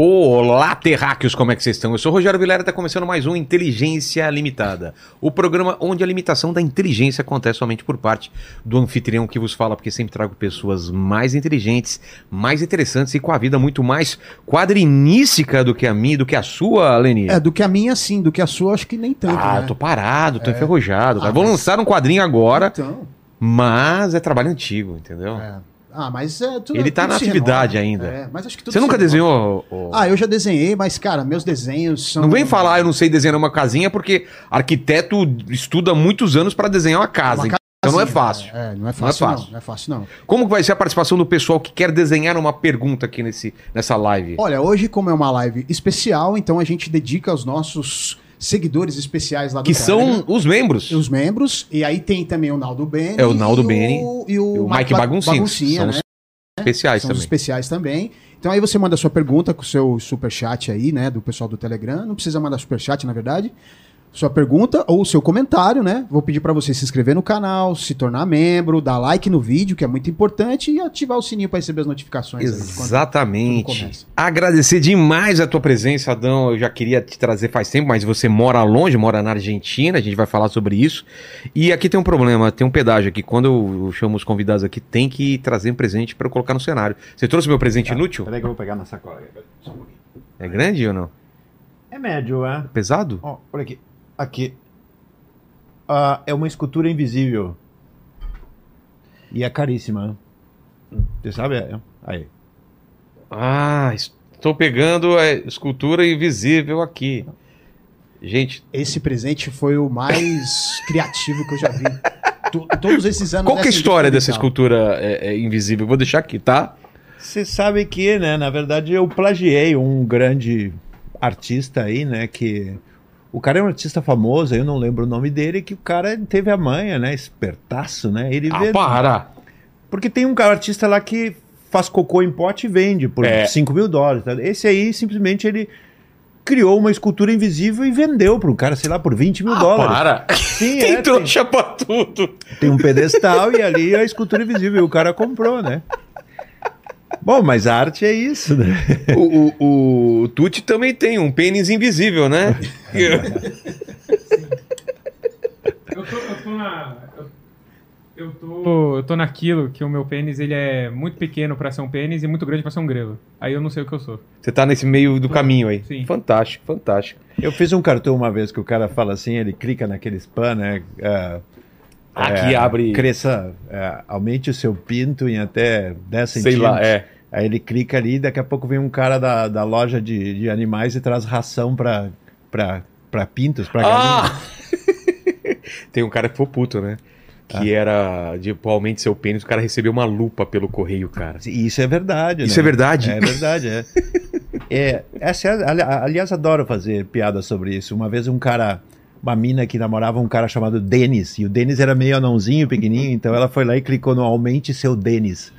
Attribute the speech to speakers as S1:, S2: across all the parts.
S1: Olá, terráqueos, como é que vocês estão? Eu sou o Rogério Vilela e está começando mais um Inteligência Limitada, o programa onde a limitação da inteligência acontece somente por parte do anfitrião que vos fala, porque sempre trago pessoas mais inteligentes, mais interessantes e com a vida muito mais quadrinística do que a minha, do que a sua, Leni.
S2: É, do que a minha sim, do que a sua acho que nem tanto,
S1: ah,
S2: né?
S1: eu tô parado, tô enferrujado. cara.
S2: Ah,
S1: Vou
S2: mas-
S1: lançar um quadrinho agora,
S2: Então,
S1: mas é trabalho antigo, entendeu?
S2: é. Ah, mas é tudo
S1: Ele tá
S2: tudo
S1: na
S2: se
S1: atividade ainda.
S2: É, mas acho que tudo
S1: Você
S2: se
S1: nunca
S2: renova.
S1: desenhou. ô-
S2: Ah, eu já desenhei, mas cara, meus desenhos são
S1: Não vem falar, eu não sei desenhar uma casinha, porque arquiteto estuda muitos anos para desenhar uma casa.
S2: Uma
S1: então não é
S2: casinha,
S1: fácil.
S2: É, não é fácil não,
S1: fácil.
S2: não é fácil não.
S1: Como que vai ser a participação do pessoal que quer desenhar uma pergunta aqui nesse, nessa live?
S2: Olha, hoje como é uma live especial, então a gente dedica aos nossos seguidores especiais lá do
S1: que
S2: Telegram,
S1: são os membros.
S2: os membros, e aí tem também o Naldo Bene
S1: É, o Naldo
S2: e
S1: Bene
S2: e
S1: E
S2: o,
S1: o Mike Baguncinho.
S2: Baguncinha,
S1: são
S2: né?
S1: os especiais
S2: São os
S1: também.
S2: especiais também. Então aí você manda a sua pergunta com o seu superchat aí, né, do pessoal do Telegram. Não precisa mandar superchat, na verdade. Sua pergunta ou seu comentário, né? Vou pedir pra você se inscrever no canal, se tornar membro, dar like no vídeo, que é muito importante, e ativar o sininho pra receber as notificações. aí de né? quando- tudo
S1: Exatamente.
S2: começa.
S1: Agradecer demais a tua presença, Adão. Eu já queria te trazer faz tempo, mas você mora longe, mora na Argentina, a gente vai falar sobre isso. E aqui tem um problema, tem um pedágio aqui. Quando eu eu chamo os convidados aqui, tem que trazer um presente para eu colocar no cenário. Você trouxe meu presente inútil?
S3: Peraí que eu vou pegar na sacola. Só um pouquinho.
S1: É grande ou não?
S3: É médio, é?
S1: Pesado?
S3: Ó, por aqui. Aqui. Ah, é uma escultura invisível. E é caríssima. Você sabe? É. Aí.
S1: Ah, estou pegando a escultura invisível aqui. Gente,
S2: Esse presente foi o mais criativo que eu já vi. To- todos esses anos.
S1: qual que é a
S2: dessa
S1: história dessa
S2: edição.
S1: escultura é, é, invisível? Vou deixar aqui, tá?
S3: Você sabe que, né? Na verdade, eu plagiei um grande artista aí, né? Que. O cara é um artista famoso, eu não lembro o nome dele, que o cara teve a manha, né? Espertaço, né? Ele
S1: Ah,
S3: vê-
S1: para!
S3: Porque tem um cara- artista lá que faz cocô em pote e vende por
S1: É.
S3: 5 mil dólares. tá? Esse aí simplesmente ele criou uma escultura invisível e vendeu para um cara, sei lá, por 20 mil dólares.
S1: Para!
S3: Sim,
S1: Ah, Tem
S3: é,
S1: trouxa pra tudo!
S3: tem, tem um pedestal e ali a escultura invisível. E o cara comprou, né? Bom, mas a arte é isso, né?
S1: O, o, o Tuti também tem um pênis invisível, né?
S4: Eu tô, eu tô na. Eu, eu tô, eu tô naquilo que o meu pênis ele é muito pequeno pra ser um pênis e muito grande pra ser um grelo. Aí eu não sei o que eu sou.
S1: Você tá nesse meio do caminho aí.
S4: Sim.
S1: Fantástico, fantástico.
S3: Eu fiz um cartão uma vez que o cara fala assim, ele clica naquele spam, né? Ah,
S1: Aqui abre,
S3: Cresça, ah, aumente o seu pinto em até 10
S1: sei
S3: centímetros.
S1: lá, é.
S3: Aí ele clica ali e daqui a pouco vem um cara da, da loja de, de animais e traz ração pra, pra, pra pintos, pra galinha.
S1: Ah! Tem um cara que foi puto, né? Que era, tipo, aumente seu pênis, o cara recebeu uma lupa pelo correio, cara.
S3: E Isso é verdade,
S1: Isso
S3: né?
S1: é verdade?
S3: É verdade, é. É, essa é- ali- aliás, adoro fazer piada sobre isso. Uma vez um cara, uma mina que namorava um cara chamado Denis, e o Denis era meio anãozinho, pequenininho, então ela foi lá e clicou no Aumente Seu Denis.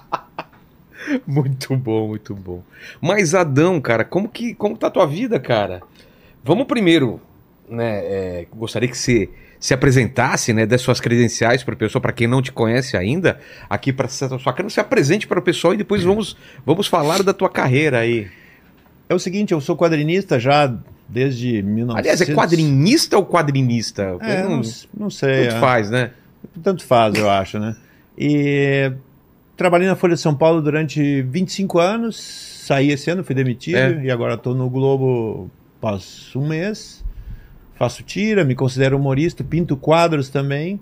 S1: Muito bom, muito bom. Mas Adão, cara, como que como tá a tua vida, cara? Vamos primeiro, né? é, gostaria que você se apresentasse, né? Das suas credenciais para o pessoal, para quem não te conhece ainda, aqui para sua cara, se apresente para o pessoal e depois vamos vamos falar da tua carreira aí.
S3: É o seguinte, eu sou quadrinista já desde 1900...
S1: Aliás, é quadrinista ou quadrinista?
S3: É,
S1: não,
S3: não, não sei.
S1: tanto
S3: é.
S1: faz, né?
S3: Tanto faz, eu acho, né? E trabalhei na Folha de São Paulo durante 25 anos, saí esse ano, fui demitido
S1: É.
S3: e agora estou no Globo faz um mês. Faço tira, me considero humorista, pinto quadros também.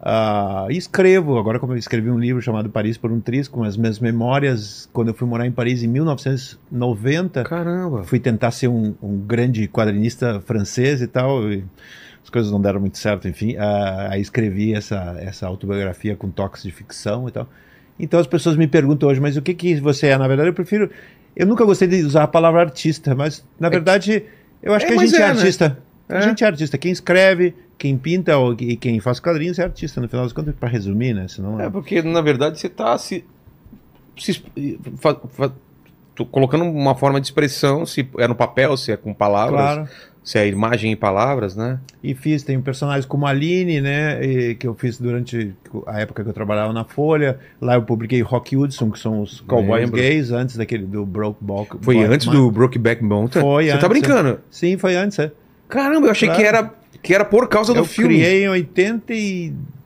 S3: Ah, e escrevo, agora como eu escrevi um livro chamado Paris por um Tris, com as minhas memórias, quando eu fui morar em Paris em 1990,
S1: Caramba.
S3: fui tentar ser um, um grande quadrinista francês e tal, e as coisas não deram muito certo, enfim. Ah, aí escrevi essa, essa autobiografia com toques de ficção e tal. Então as pessoas me perguntam hoje, mas o que, que você é? Na verdade, eu prefiro. Eu nunca gostei de usar a palavra artista, mas na verdade, eu acho
S1: É,
S3: que a
S1: mas
S3: gente é,
S1: é, né?
S3: artista.
S1: É.
S3: A gente é artista. Quem escreve, quem pinta ou, e quem faz quadrinhos é artista, no final das contas, para resumir, né? Senão,
S1: É porque na verdade você tá se, se exp- fa- fa- tô colocando uma forma de expressão, se é no papel, se é com palavras,
S3: claro.
S1: se é imagem e palavras, né?
S3: E fiz, tem personagens como a Aline, né? e- que eu fiz durante a época que eu trabalhava na Folha. Lá eu publiquei Rock Hudson, que são os cowboys
S1: Lembro.
S3: gays, antes daquele do Broke Balk.
S1: Foi
S3: Balk-
S1: antes do Brokeback Mountain?
S3: Foi
S1: Você tá
S3: antes,
S1: brincando?
S3: Sim, foi antes, é.
S1: Caramba, eu achei
S3: Claro.
S1: que era que era por causa
S3: Eu
S1: do filme.
S3: criei em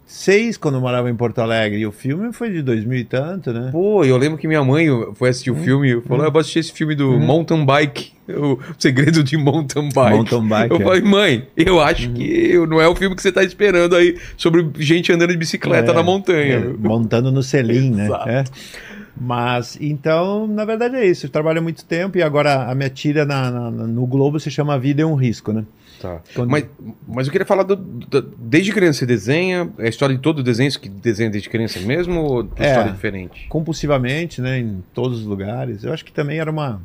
S3: 86, quando eu morava em Porto Alegre. E o filme foi de 2000 e tanto, né?
S1: Pô, eu lembro que minha mãe foi assistir
S3: Hum,
S1: o filme e falou: "Ah, Eu vou assistir esse filme do Mountain Bike, o segredo de Mountain Bike.
S3: Mountain Bike,
S1: Eu
S3: é. Uhum.
S1: falei, mãe, eu acho que eu- não é o filme que você tá esperando aí sobre gente andando de bicicleta
S3: É,
S1: na montanha.
S3: é,
S1: meu.
S3: montando no selim, né?
S1: Exato.
S3: É. Mas, então, na verdade é isso. Eu trabalho há muito tempo e agora a minha tira na- na- na- no Globo se chama Vida é um Risco, né?
S1: Tá.
S3: Quando-
S1: Mas, mas eu queria falar do, do- desde criança você desenha, é a história de todo desenho que desenha desde criança mesmo ou tua
S3: É.
S1: história diferente?
S3: compulsivamente, né, em todos os lugares. Eu acho que também era uma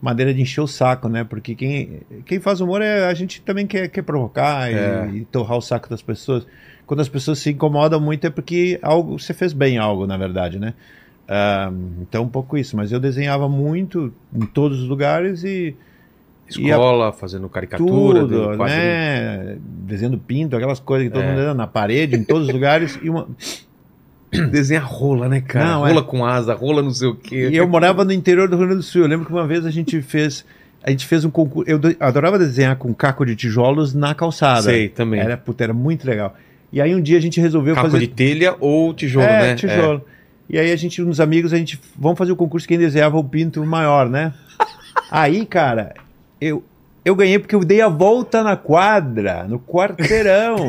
S3: maneira de encher o saco, né? Porque quem, quem faz humor é a gente também quer, quer provocar e-
S1: É.
S3: e, torrar o saco das pessoas. Quando as pessoas se incomodam muito é porque algo você fez bem algo, na verdade, né? Ah, então um pouco isso. Mas eu desenhava muito em todos os lugares e E a-
S1: Escola, fazendo caricatura,
S3: tudo,
S1: quadrinho.
S3: né? Desenhando pinto, aquelas coisas que todo
S1: É.
S3: mundo desenha na parede, em todos os lugares. E uma,
S1: Desenha rola, né, cara?
S3: Não, é.
S1: rola com asa, rola não sei o quê.
S3: E eu morava no interior do Rio Grande do Sul. Eu lembro que uma vez a gente fez. A gente fez um concurso. Eu do- adorava desenhar com caco de tijolos na calçada.
S1: Sei, também.
S3: Era, puta, era muito legal. E aí um dia a gente resolveu
S1: Caco
S3: fazer.
S1: de telha ou tijolo,
S3: é,
S1: né?
S3: tijolo. E aí a gente, uns amigos, a gente. Vamos fazer o concurso quem desenhava o pinto maior, né? aí, cara, eu. Eu ganhei porque eu dei a volta na quadra, no quarteirão.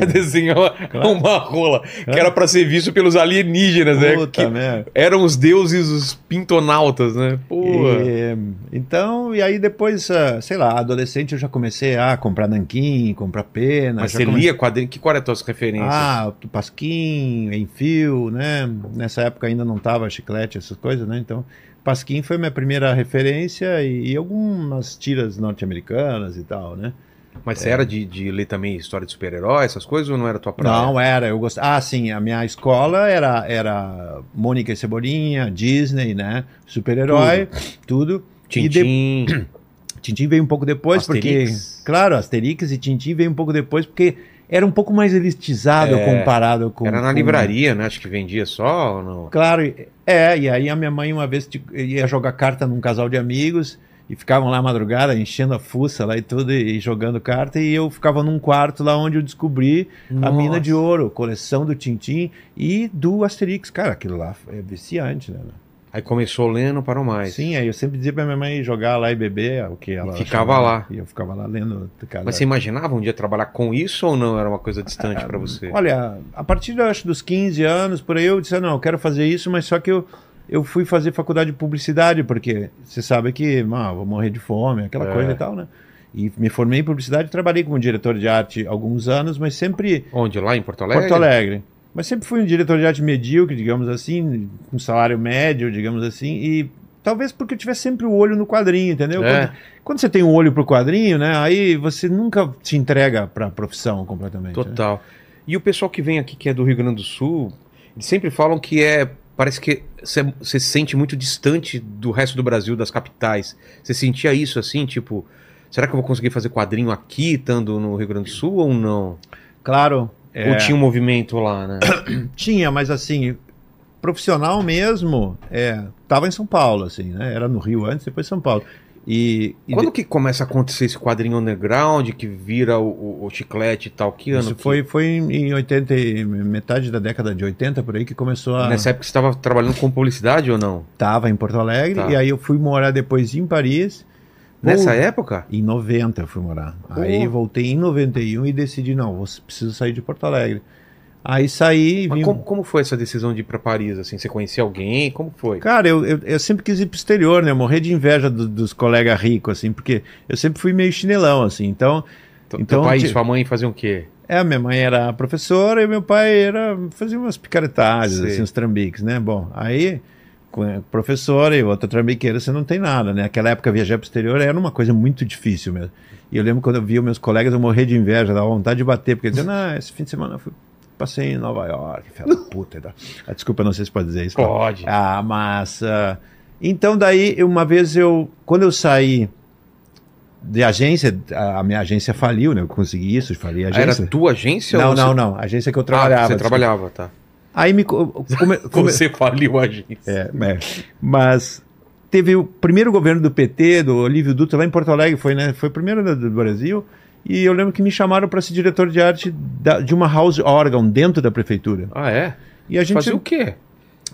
S1: É. Desenhou uma rola que era pra ser visto pelos alienígenas, né?
S3: Puta
S1: Que
S3: merda.
S1: eram os deuses, os pintonautas, né? Pô.
S3: E, então, e aí depois, ah, sei lá, adolescente eu já comecei a comprar nanquim, comprar pena.
S1: Mas
S3: já
S1: você
S3: comecei-
S1: lia quadrinho? Que qual é as tuas referências?
S3: né, Ah, o Pasquim, Enfio, né? Nessa época ainda não tava chiclete, essas coisas, né? Então, Pasquim foi minha primeira referência e, e algumas tiras norte-americanas e tal, né?
S1: Mas você era de, de ler também história de super-herói, essas coisas, ou não era tua praia?
S3: Não, era, eu gostava. Ah, sim, a minha escola era, era Mônica e Cebolinha, Disney, né? Super-herói, tudo. E de-
S1: Tintim,
S3: Tintim veio um pouco depois,
S1: Asterix.
S3: porque. Claro, Asterix e Tintim veio um pouco depois, porque era um pouco mais elitizado
S1: É,
S3: comparado com.
S1: era na
S3: com-
S1: livraria, né? Acho que vendia só ou não?
S3: Claro, e- é, e aí a minha mãe uma vez tipo, ia jogar carta num casal de amigos e ficavam lá à madrugada enchendo a fuça lá e tudo e jogando carta e eu ficava num quarto lá onde eu descobri a mina de ouro, coleção do Tintim e do Asterix. Cara, aquilo lá é viciante, né?
S1: Aí começou lendo, não parou mais.
S3: Sim, aí eu sempre dizia pra minha mãe jogar lá e beber é o que ela
S1: ficava
S3: achava,
S1: lá.
S3: E eu ficava lá lendo cada
S1: Mas você imaginava um dia trabalhar com isso ou não? Era uma coisa distante pra você?
S3: Olha, a partir eu acho, dos 15 anos, por aí, eu disse, "Ah, não, eu quero fazer isso, mas só que eu, eu fui fazer faculdade de publicidade, porque você sabe que, ah, vou morrer de fome, aquela
S1: É.
S3: coisa e tal, né? E me formei em publicidade, trabalhei como diretor de arte alguns anos, mas sempre
S1: Onde? Lá em Porto
S3: em
S1: Alegre?
S3: Porto Alegre. Mas sempre fui um diretor de arte medíocre, digamos assim, com salário médio, digamos assim, e talvez porque eu tivesse sempre o olho no quadrinho, entendeu?
S1: É.
S3: Quando, quando você tem o olho pro quadrinho, né, aí você nunca se entrega pra profissão completamente. né?
S1: Total. E o pessoal que vem aqui, que é do Rio Grande do Sul, eles sempre falam que é. Parece que você você se sente muito distante do resto do Brasil, das capitais. Você sentia isso assim, tipo, será que eu vou conseguir fazer quadrinho aqui, estando no Rio Grande do Sul ou não?
S3: Claro.
S1: Ou tinha um movimento lá, né?
S3: Tinha, mas assim, profissional mesmo, é, tava em São Paulo, assim, né? Era no Rio antes, depois São Paulo. E, e
S1: Quando que começa a acontecer esse quadrinho underground que vira o, o- o chiclete e tal? Que
S3: de-
S1: ano?
S3: isso
S1: que-
S3: foi, foi em em 80, e- metade da década de 80, por aí, que começou a...
S1: Nessa época você estava trabalhando com publicidade ou não?
S3: Tava em Porto Alegre,
S1: Tá.
S3: e aí eu fui morar depois em Paris.
S1: Nessa
S3: Vol-
S1: época?
S3: Em 90 eu fui morar. Aí voltei em 91 e decidi, não, vou, preciso sair de Porto Alegre. Aí saí e
S1: Mas
S3: vim...
S1: como, como foi essa decisão de ir para Paris? Assim, você conhecia alguém? Como foi?
S3: Cara, eu, eu, eu sempre quis ir pro exterior, né? Eu morri de inveja do- dos colegas ricos, assim, porque eu sempre fui meio chinelão, assim. Então,
S1: T-
S3: Então,
S1: teu pai e
S3: tipo-
S1: sua mãe faziam o quê?
S3: é, a minha mãe era professora e meu pai era fazia umas picaretagens,
S1: Sei.
S3: assim, uns trambiques, né? Bom, aí, com a professora e outra trambiqueira, você não tem nada, né? Naquela época, viajar pro exterior era uma coisa muito difícil mesmo. E eu lembro quando eu via meus colegas, eu morri de inveja, dava vontade de bater, porque dizendo, ah, esse fim de semana eu fui, passei em Nova York, filha da puta. e tal." Ah, Desculpa, não sei se pode dizer isso. mas-
S1: Pode.
S3: Ah, mas. ah, então, daí, uma vez eu. Quando eu saí de agência, a a minha agência faliu, né? Eu consegui isso, falei a
S1: Ah, Era
S3: agência.
S1: tua agência?
S3: Não,
S1: ou
S3: não,
S1: você-
S3: não. A agência que eu
S1: Ah,
S3: trabalhava.
S1: você
S3: desculpa.
S1: trabalhava, tá.
S3: Aí me. co- Come, come,
S1: Você faliu a agência.
S3: É, é. Mas teve o primeiro governo do PT, do Olívio Dutra, lá em Porto Alegre, foi, né? Foi o primeiro do, do Brasil. E eu lembro que me chamaram para ser diretor de arte da- de uma house organ dentro da prefeitura.
S1: Ah, é?
S3: E a gente
S1: Fazia o quê?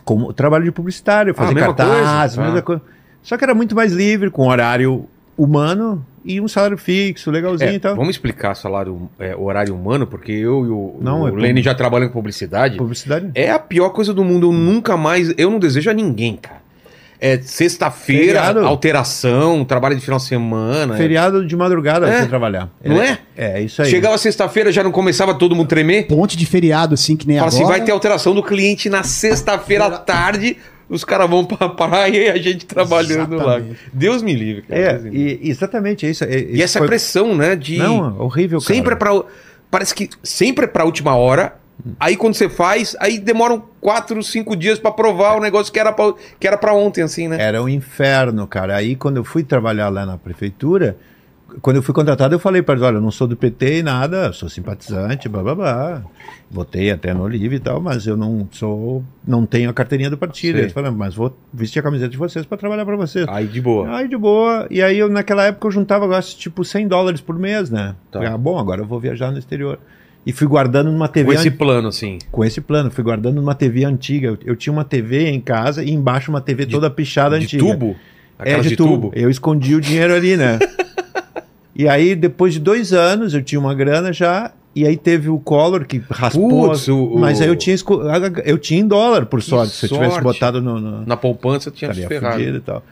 S3: como trabalho de publicitário,
S1: Ah, a
S3: fazer
S1: mesma
S3: cartaz,
S1: coisa?
S3: mesma
S1: Ah.
S3: coisa. Só que era muito mais livre, com horário humano e um salário fixo, legalzinho
S1: É,
S3: e tal.
S1: Vamos explicar salário, é, horário humano, porque eu e o,
S3: Não,
S1: o
S3: é
S1: Lene já trabalham com publicidade.
S3: Publicidade.
S1: É a pior coisa do mundo. Eu nunca mais. Eu não desejo a ninguém, cara. É sexta-feira,
S3: Feriado.
S1: alteração, trabalho de final de semana.
S3: Feriado de madrugada
S1: É.
S3: pra trabalhar.
S1: Não é?
S3: É, isso aí.
S1: Chegava sexta-feira, já não começava todo mundo tremer.
S2: Ponte de feriado, assim, que nem
S1: Fala
S2: agora.
S1: assim: vai ter alteração do cliente na sexta-feira à tarde. Os caras vão pra praia e a gente trabalhando lá.
S2: Exatamente.
S1: Deus me livre, cara.
S3: É,
S1: Deus me livre.
S3: e, exatamente, é isso. É,
S1: E, essa pressão, né? De.
S3: Não, horrível, cara.
S1: Sempre é pra. Parece que sempre é pra última hora. Aí quando você faz, aí demoram quatro, cinco dias pra provar o negócio que era pra, que era pra ontem, assim, né?
S3: Era um inferno, cara. Aí quando eu fui trabalhar lá na prefeitura, quando eu fui contratado, eu falei para eles, olha, eu não sou do PT e nada, eu sou simpatizante, blá blá blá. Votei até no Olive e tal, mas eu não sou, não tenho a carteirinha do partido.
S1: Sim.
S3: Eles falaram, mas vou vestir a camiseta de vocês para trabalhar para vocês.
S1: Aí de boa.
S3: Aí de boa. E aí eu naquela época eu juntava gasto tipo 100 dólares por mês, né?
S1: Tá.
S3: Falei, Ah, bom, agora eu vou viajar no exterior. E fui guardando numa TV
S1: Com esse plano, assim.
S3: com esse plano, fui guardando numa TV antiga. Eu, eu tinha uma TV em casa e embaixo uma TV toda pichada
S1: De
S3: antiga.
S1: tubo?
S3: É,
S1: Aquelas
S3: de, tubo. Eu escondi o dinheiro ali, né? e aí, depois de dois anos, eu tinha uma grana já. E aí teve o Collor que raspou.
S1: Putz,
S3: as-
S1: o- o-
S3: Mas aí eu tinha, esco- eu tinha em dólar, por sorte. Se eu tivesse
S1: sorte.
S3: botado no. no...
S1: Na poupança tinha se
S3: estaria
S1: ferrado.
S3: fudido e tal.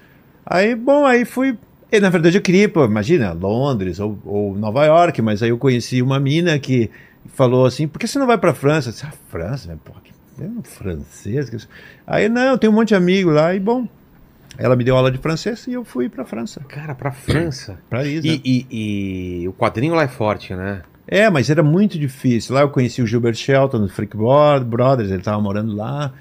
S3: Aí, bom, aí fui. E, na verdade, eu queria, pô, imagina, Londres ou, ou Nova York, mas aí eu conheci uma mina que falou assim: por que você não vai pra França? Eu disse, ah, França, né? Porra, que eu não francês. que isso." Aí, não, tem um monte de amigo lá, e bom. Ela me deu aula de francês e eu fui pra França,
S1: Cara, pra França.
S3: pra isso.
S1: E, e- e o quadrinho lá é forte, né?
S3: É, mas era muito difícil. Lá eu conheci o Gilbert Shelton do Freak Bro- Brothers, ele estava morando lá.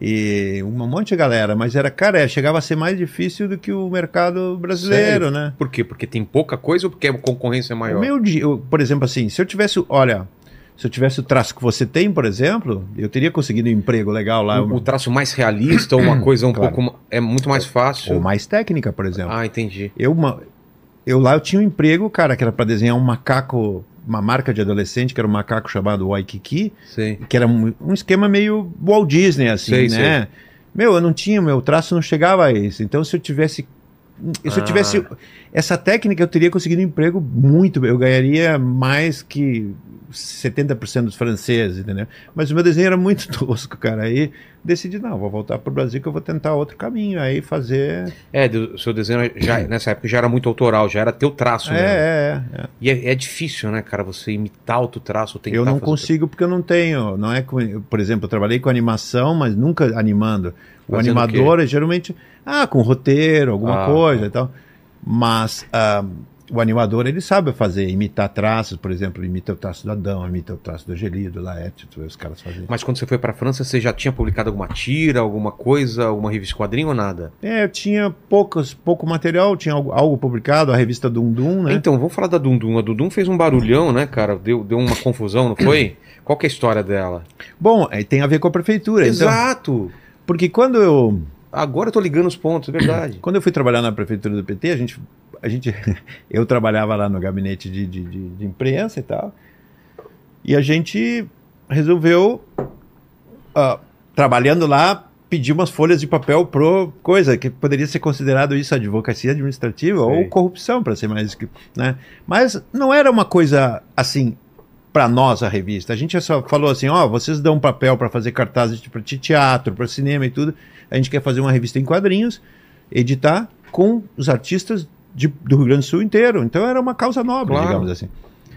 S3: E um monte de galera, mas era, cara, é, chegava a ser mais difícil do que o mercado brasileiro, né?
S1: Por quê? Porque tem pouca coisa ou porque a concorrência é
S3: O
S1: maior?
S3: meu di- eu, por exemplo, assim, se eu tivesse, olha, se eu tivesse o traço que você tem, por exemplo, eu teria conseguido um emprego legal lá,
S1: O, o traço mais realista ou uma coisa um
S3: Claro.
S1: pouco. ma- É muito mais fácil.
S3: ou mais técnica, por exemplo.
S1: Ah, entendi.
S3: Eu, uma- eu lá eu tinha um emprego, cara, que era para desenhar um macaco, uma marca de adolescente, que era um macaco chamado Waikiki,
S1: Sim.
S3: que era um, um esquema meio Walt Disney, assim,
S1: Sei,
S3: né? Meu, eu não tinha, meu traço não chegava a isso. Então, se eu tivesse. Se eu
S1: Ah.
S3: tivesse essa técnica, eu teria conseguido um emprego muito. Eu ganharia mais que 70% dos franceses, entendeu? Mas o meu desenho era muito tosco, cara. Aí decidi, não, vou voltar pro Brasil que eu vou tentar outro caminho. Aí fazer.
S1: É, do- o seu desenho já, nessa época já era muito autoral, já era teu traço,
S3: É,
S1: né?
S3: é, é.
S1: E é, é difícil, né, cara, você imitar outro traço, tentar
S3: Eu não
S1: fazer
S3: consigo porque eu não tenho. Não é, com- eu, por exemplo, eu trabalhei com animação, mas nunca animando. O
S1: Fazendo
S3: animador é geralmente ah, com roteiro, alguma
S1: Ah,
S3: coisa e tal. Mas ah, o animador ele sabe fazer, imitar traços, por exemplo, imita o traço do Adão, imita o traço do Angelino, do Laerte, tu vê os caras fazem.
S1: Mas quando você foi pra França, você já tinha publicado alguma tira, alguma coisa, alguma revista quadrinho ou nada?
S3: É, eu tinha poucos, pouco material, tinha algo, algo publicado, a revista Dundum, né?
S1: Então, vamos falar da Dundum. A Dundum fez um barulhão, né, cara? Deu, deu uma confusão, não foi? Qual que é a história dela?
S3: Bom, aí tem a ver com a prefeitura, então.
S1: Exato!
S3: Porque quando eu
S1: Agora eu tô ligando os pontos, é verdade.
S3: Quando eu fui trabalhar na prefeitura do PT, a gente, a gente, eu trabalhava lá no gabinete de, de, de- de imprensa e tal, e a gente resolveu, ah, trabalhando lá, pedir umas folhas de papel pro coisa que poderia ser considerado isso advocacia administrativa
S1: Sei.
S3: ou corrupção, para ser mais, que- né? Mas não era uma coisa assim para nós a revista. A gente só falou assim, ó, vocês dão papel para fazer cartazes para teatro, para cinema e tudo. A gente quer fazer uma revista em quadrinhos, editar com os artistas de- do Rio Grande do Sul inteiro. Então era uma causa nobre,
S1: Claro.
S3: digamos assim.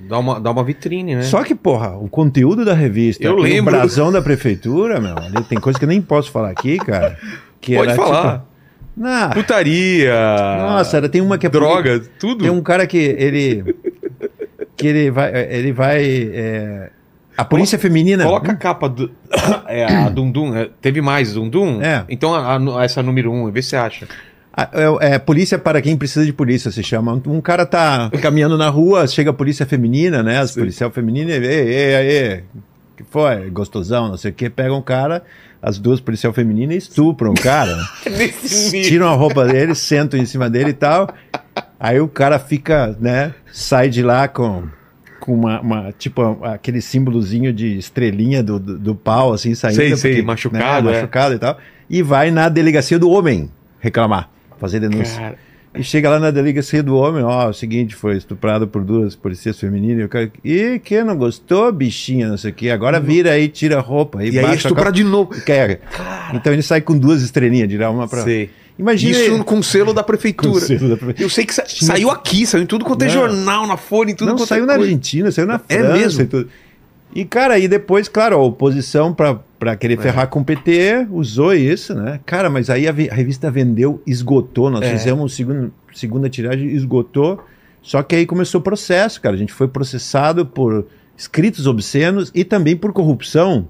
S1: Dá uma, dá uma vitrine, né?
S3: Só que, porra, o conteúdo da revista
S1: Eu
S3: e
S1: lembro.
S3: o brasão da prefeitura, meu, ali tem coisa que eu nem posso falar aqui, cara. Que
S1: Pode
S3: era,
S1: falar.
S3: tipo, na-
S1: Putaria!
S3: nossa, era, tem uma que é
S1: droga, tudo.
S3: tem um cara que ele. que ele vai. Ele vai é, a polícia feminina.
S1: Coloca a capa do. É, a Dundum. é, Teve mais Dundum?
S3: É.
S1: Então a- a nu- essa número 1, um, vê se você acha.
S3: Ah, É, é, polícia para quem precisa de polícia, se chama. Um cara tá caminhando na rua, chega a polícia feminina, né? As policial feminina, e ei, ei, aê, que foi? Gostosão, não sei o quê. Pegam um cara, as duas policial feminina estupram o cara. né? tiram a roupa dele, sentam em cima dele e tal. Aí o cara fica, né? Sai de lá com, com uma, uma- tipo, aquele símbolozinho de estrelinha do, do, do pau, assim, saindo.
S1: Sei, sei, machucado, é.
S3: machucado e tal. E vai na delegacia do homem reclamar, fazer denúncia.
S1: Cara,
S3: E chega lá na delegacia do homem, ó, o seguinte, foi estuprado por duas policias femininas. E o cara, ih, que não gostou, bichinha, não sei o quê. Agora vira aí, tira a roupa.
S1: Uhum. e aí
S3: baixa a
S1: estuprar de novo.
S3: calça- Quer. Então ele sai com duas estrelinhas, dirá uma pra.
S1: Sei.
S3: Imagina.
S1: Isso com selo da
S3: Com
S1: prefeitura.
S3: selo da prefeitura.
S1: Eu sei que sa- saiu aqui, saiu em tudo quanto é
S3: Não.
S1: jornal, na Folha, em tudo
S3: não,
S1: quanto
S3: saiu
S1: é
S3: na
S1: coisa.
S3: Argentina, saiu na
S1: É
S3: França
S1: mesmo?
S3: e tudo. E, cara, aí depois, claro, a oposição pra, pra querer
S1: É.
S3: ferrar com o PT usou isso, né? Cara, mas aí a, vi- a revista vendeu, esgotou. Nós
S1: É.
S3: fizemos um segundo, segunda tiragem, esgotou. Só que aí começou o processo, cara. A gente foi processado por escritos obscenos e também por corrupção.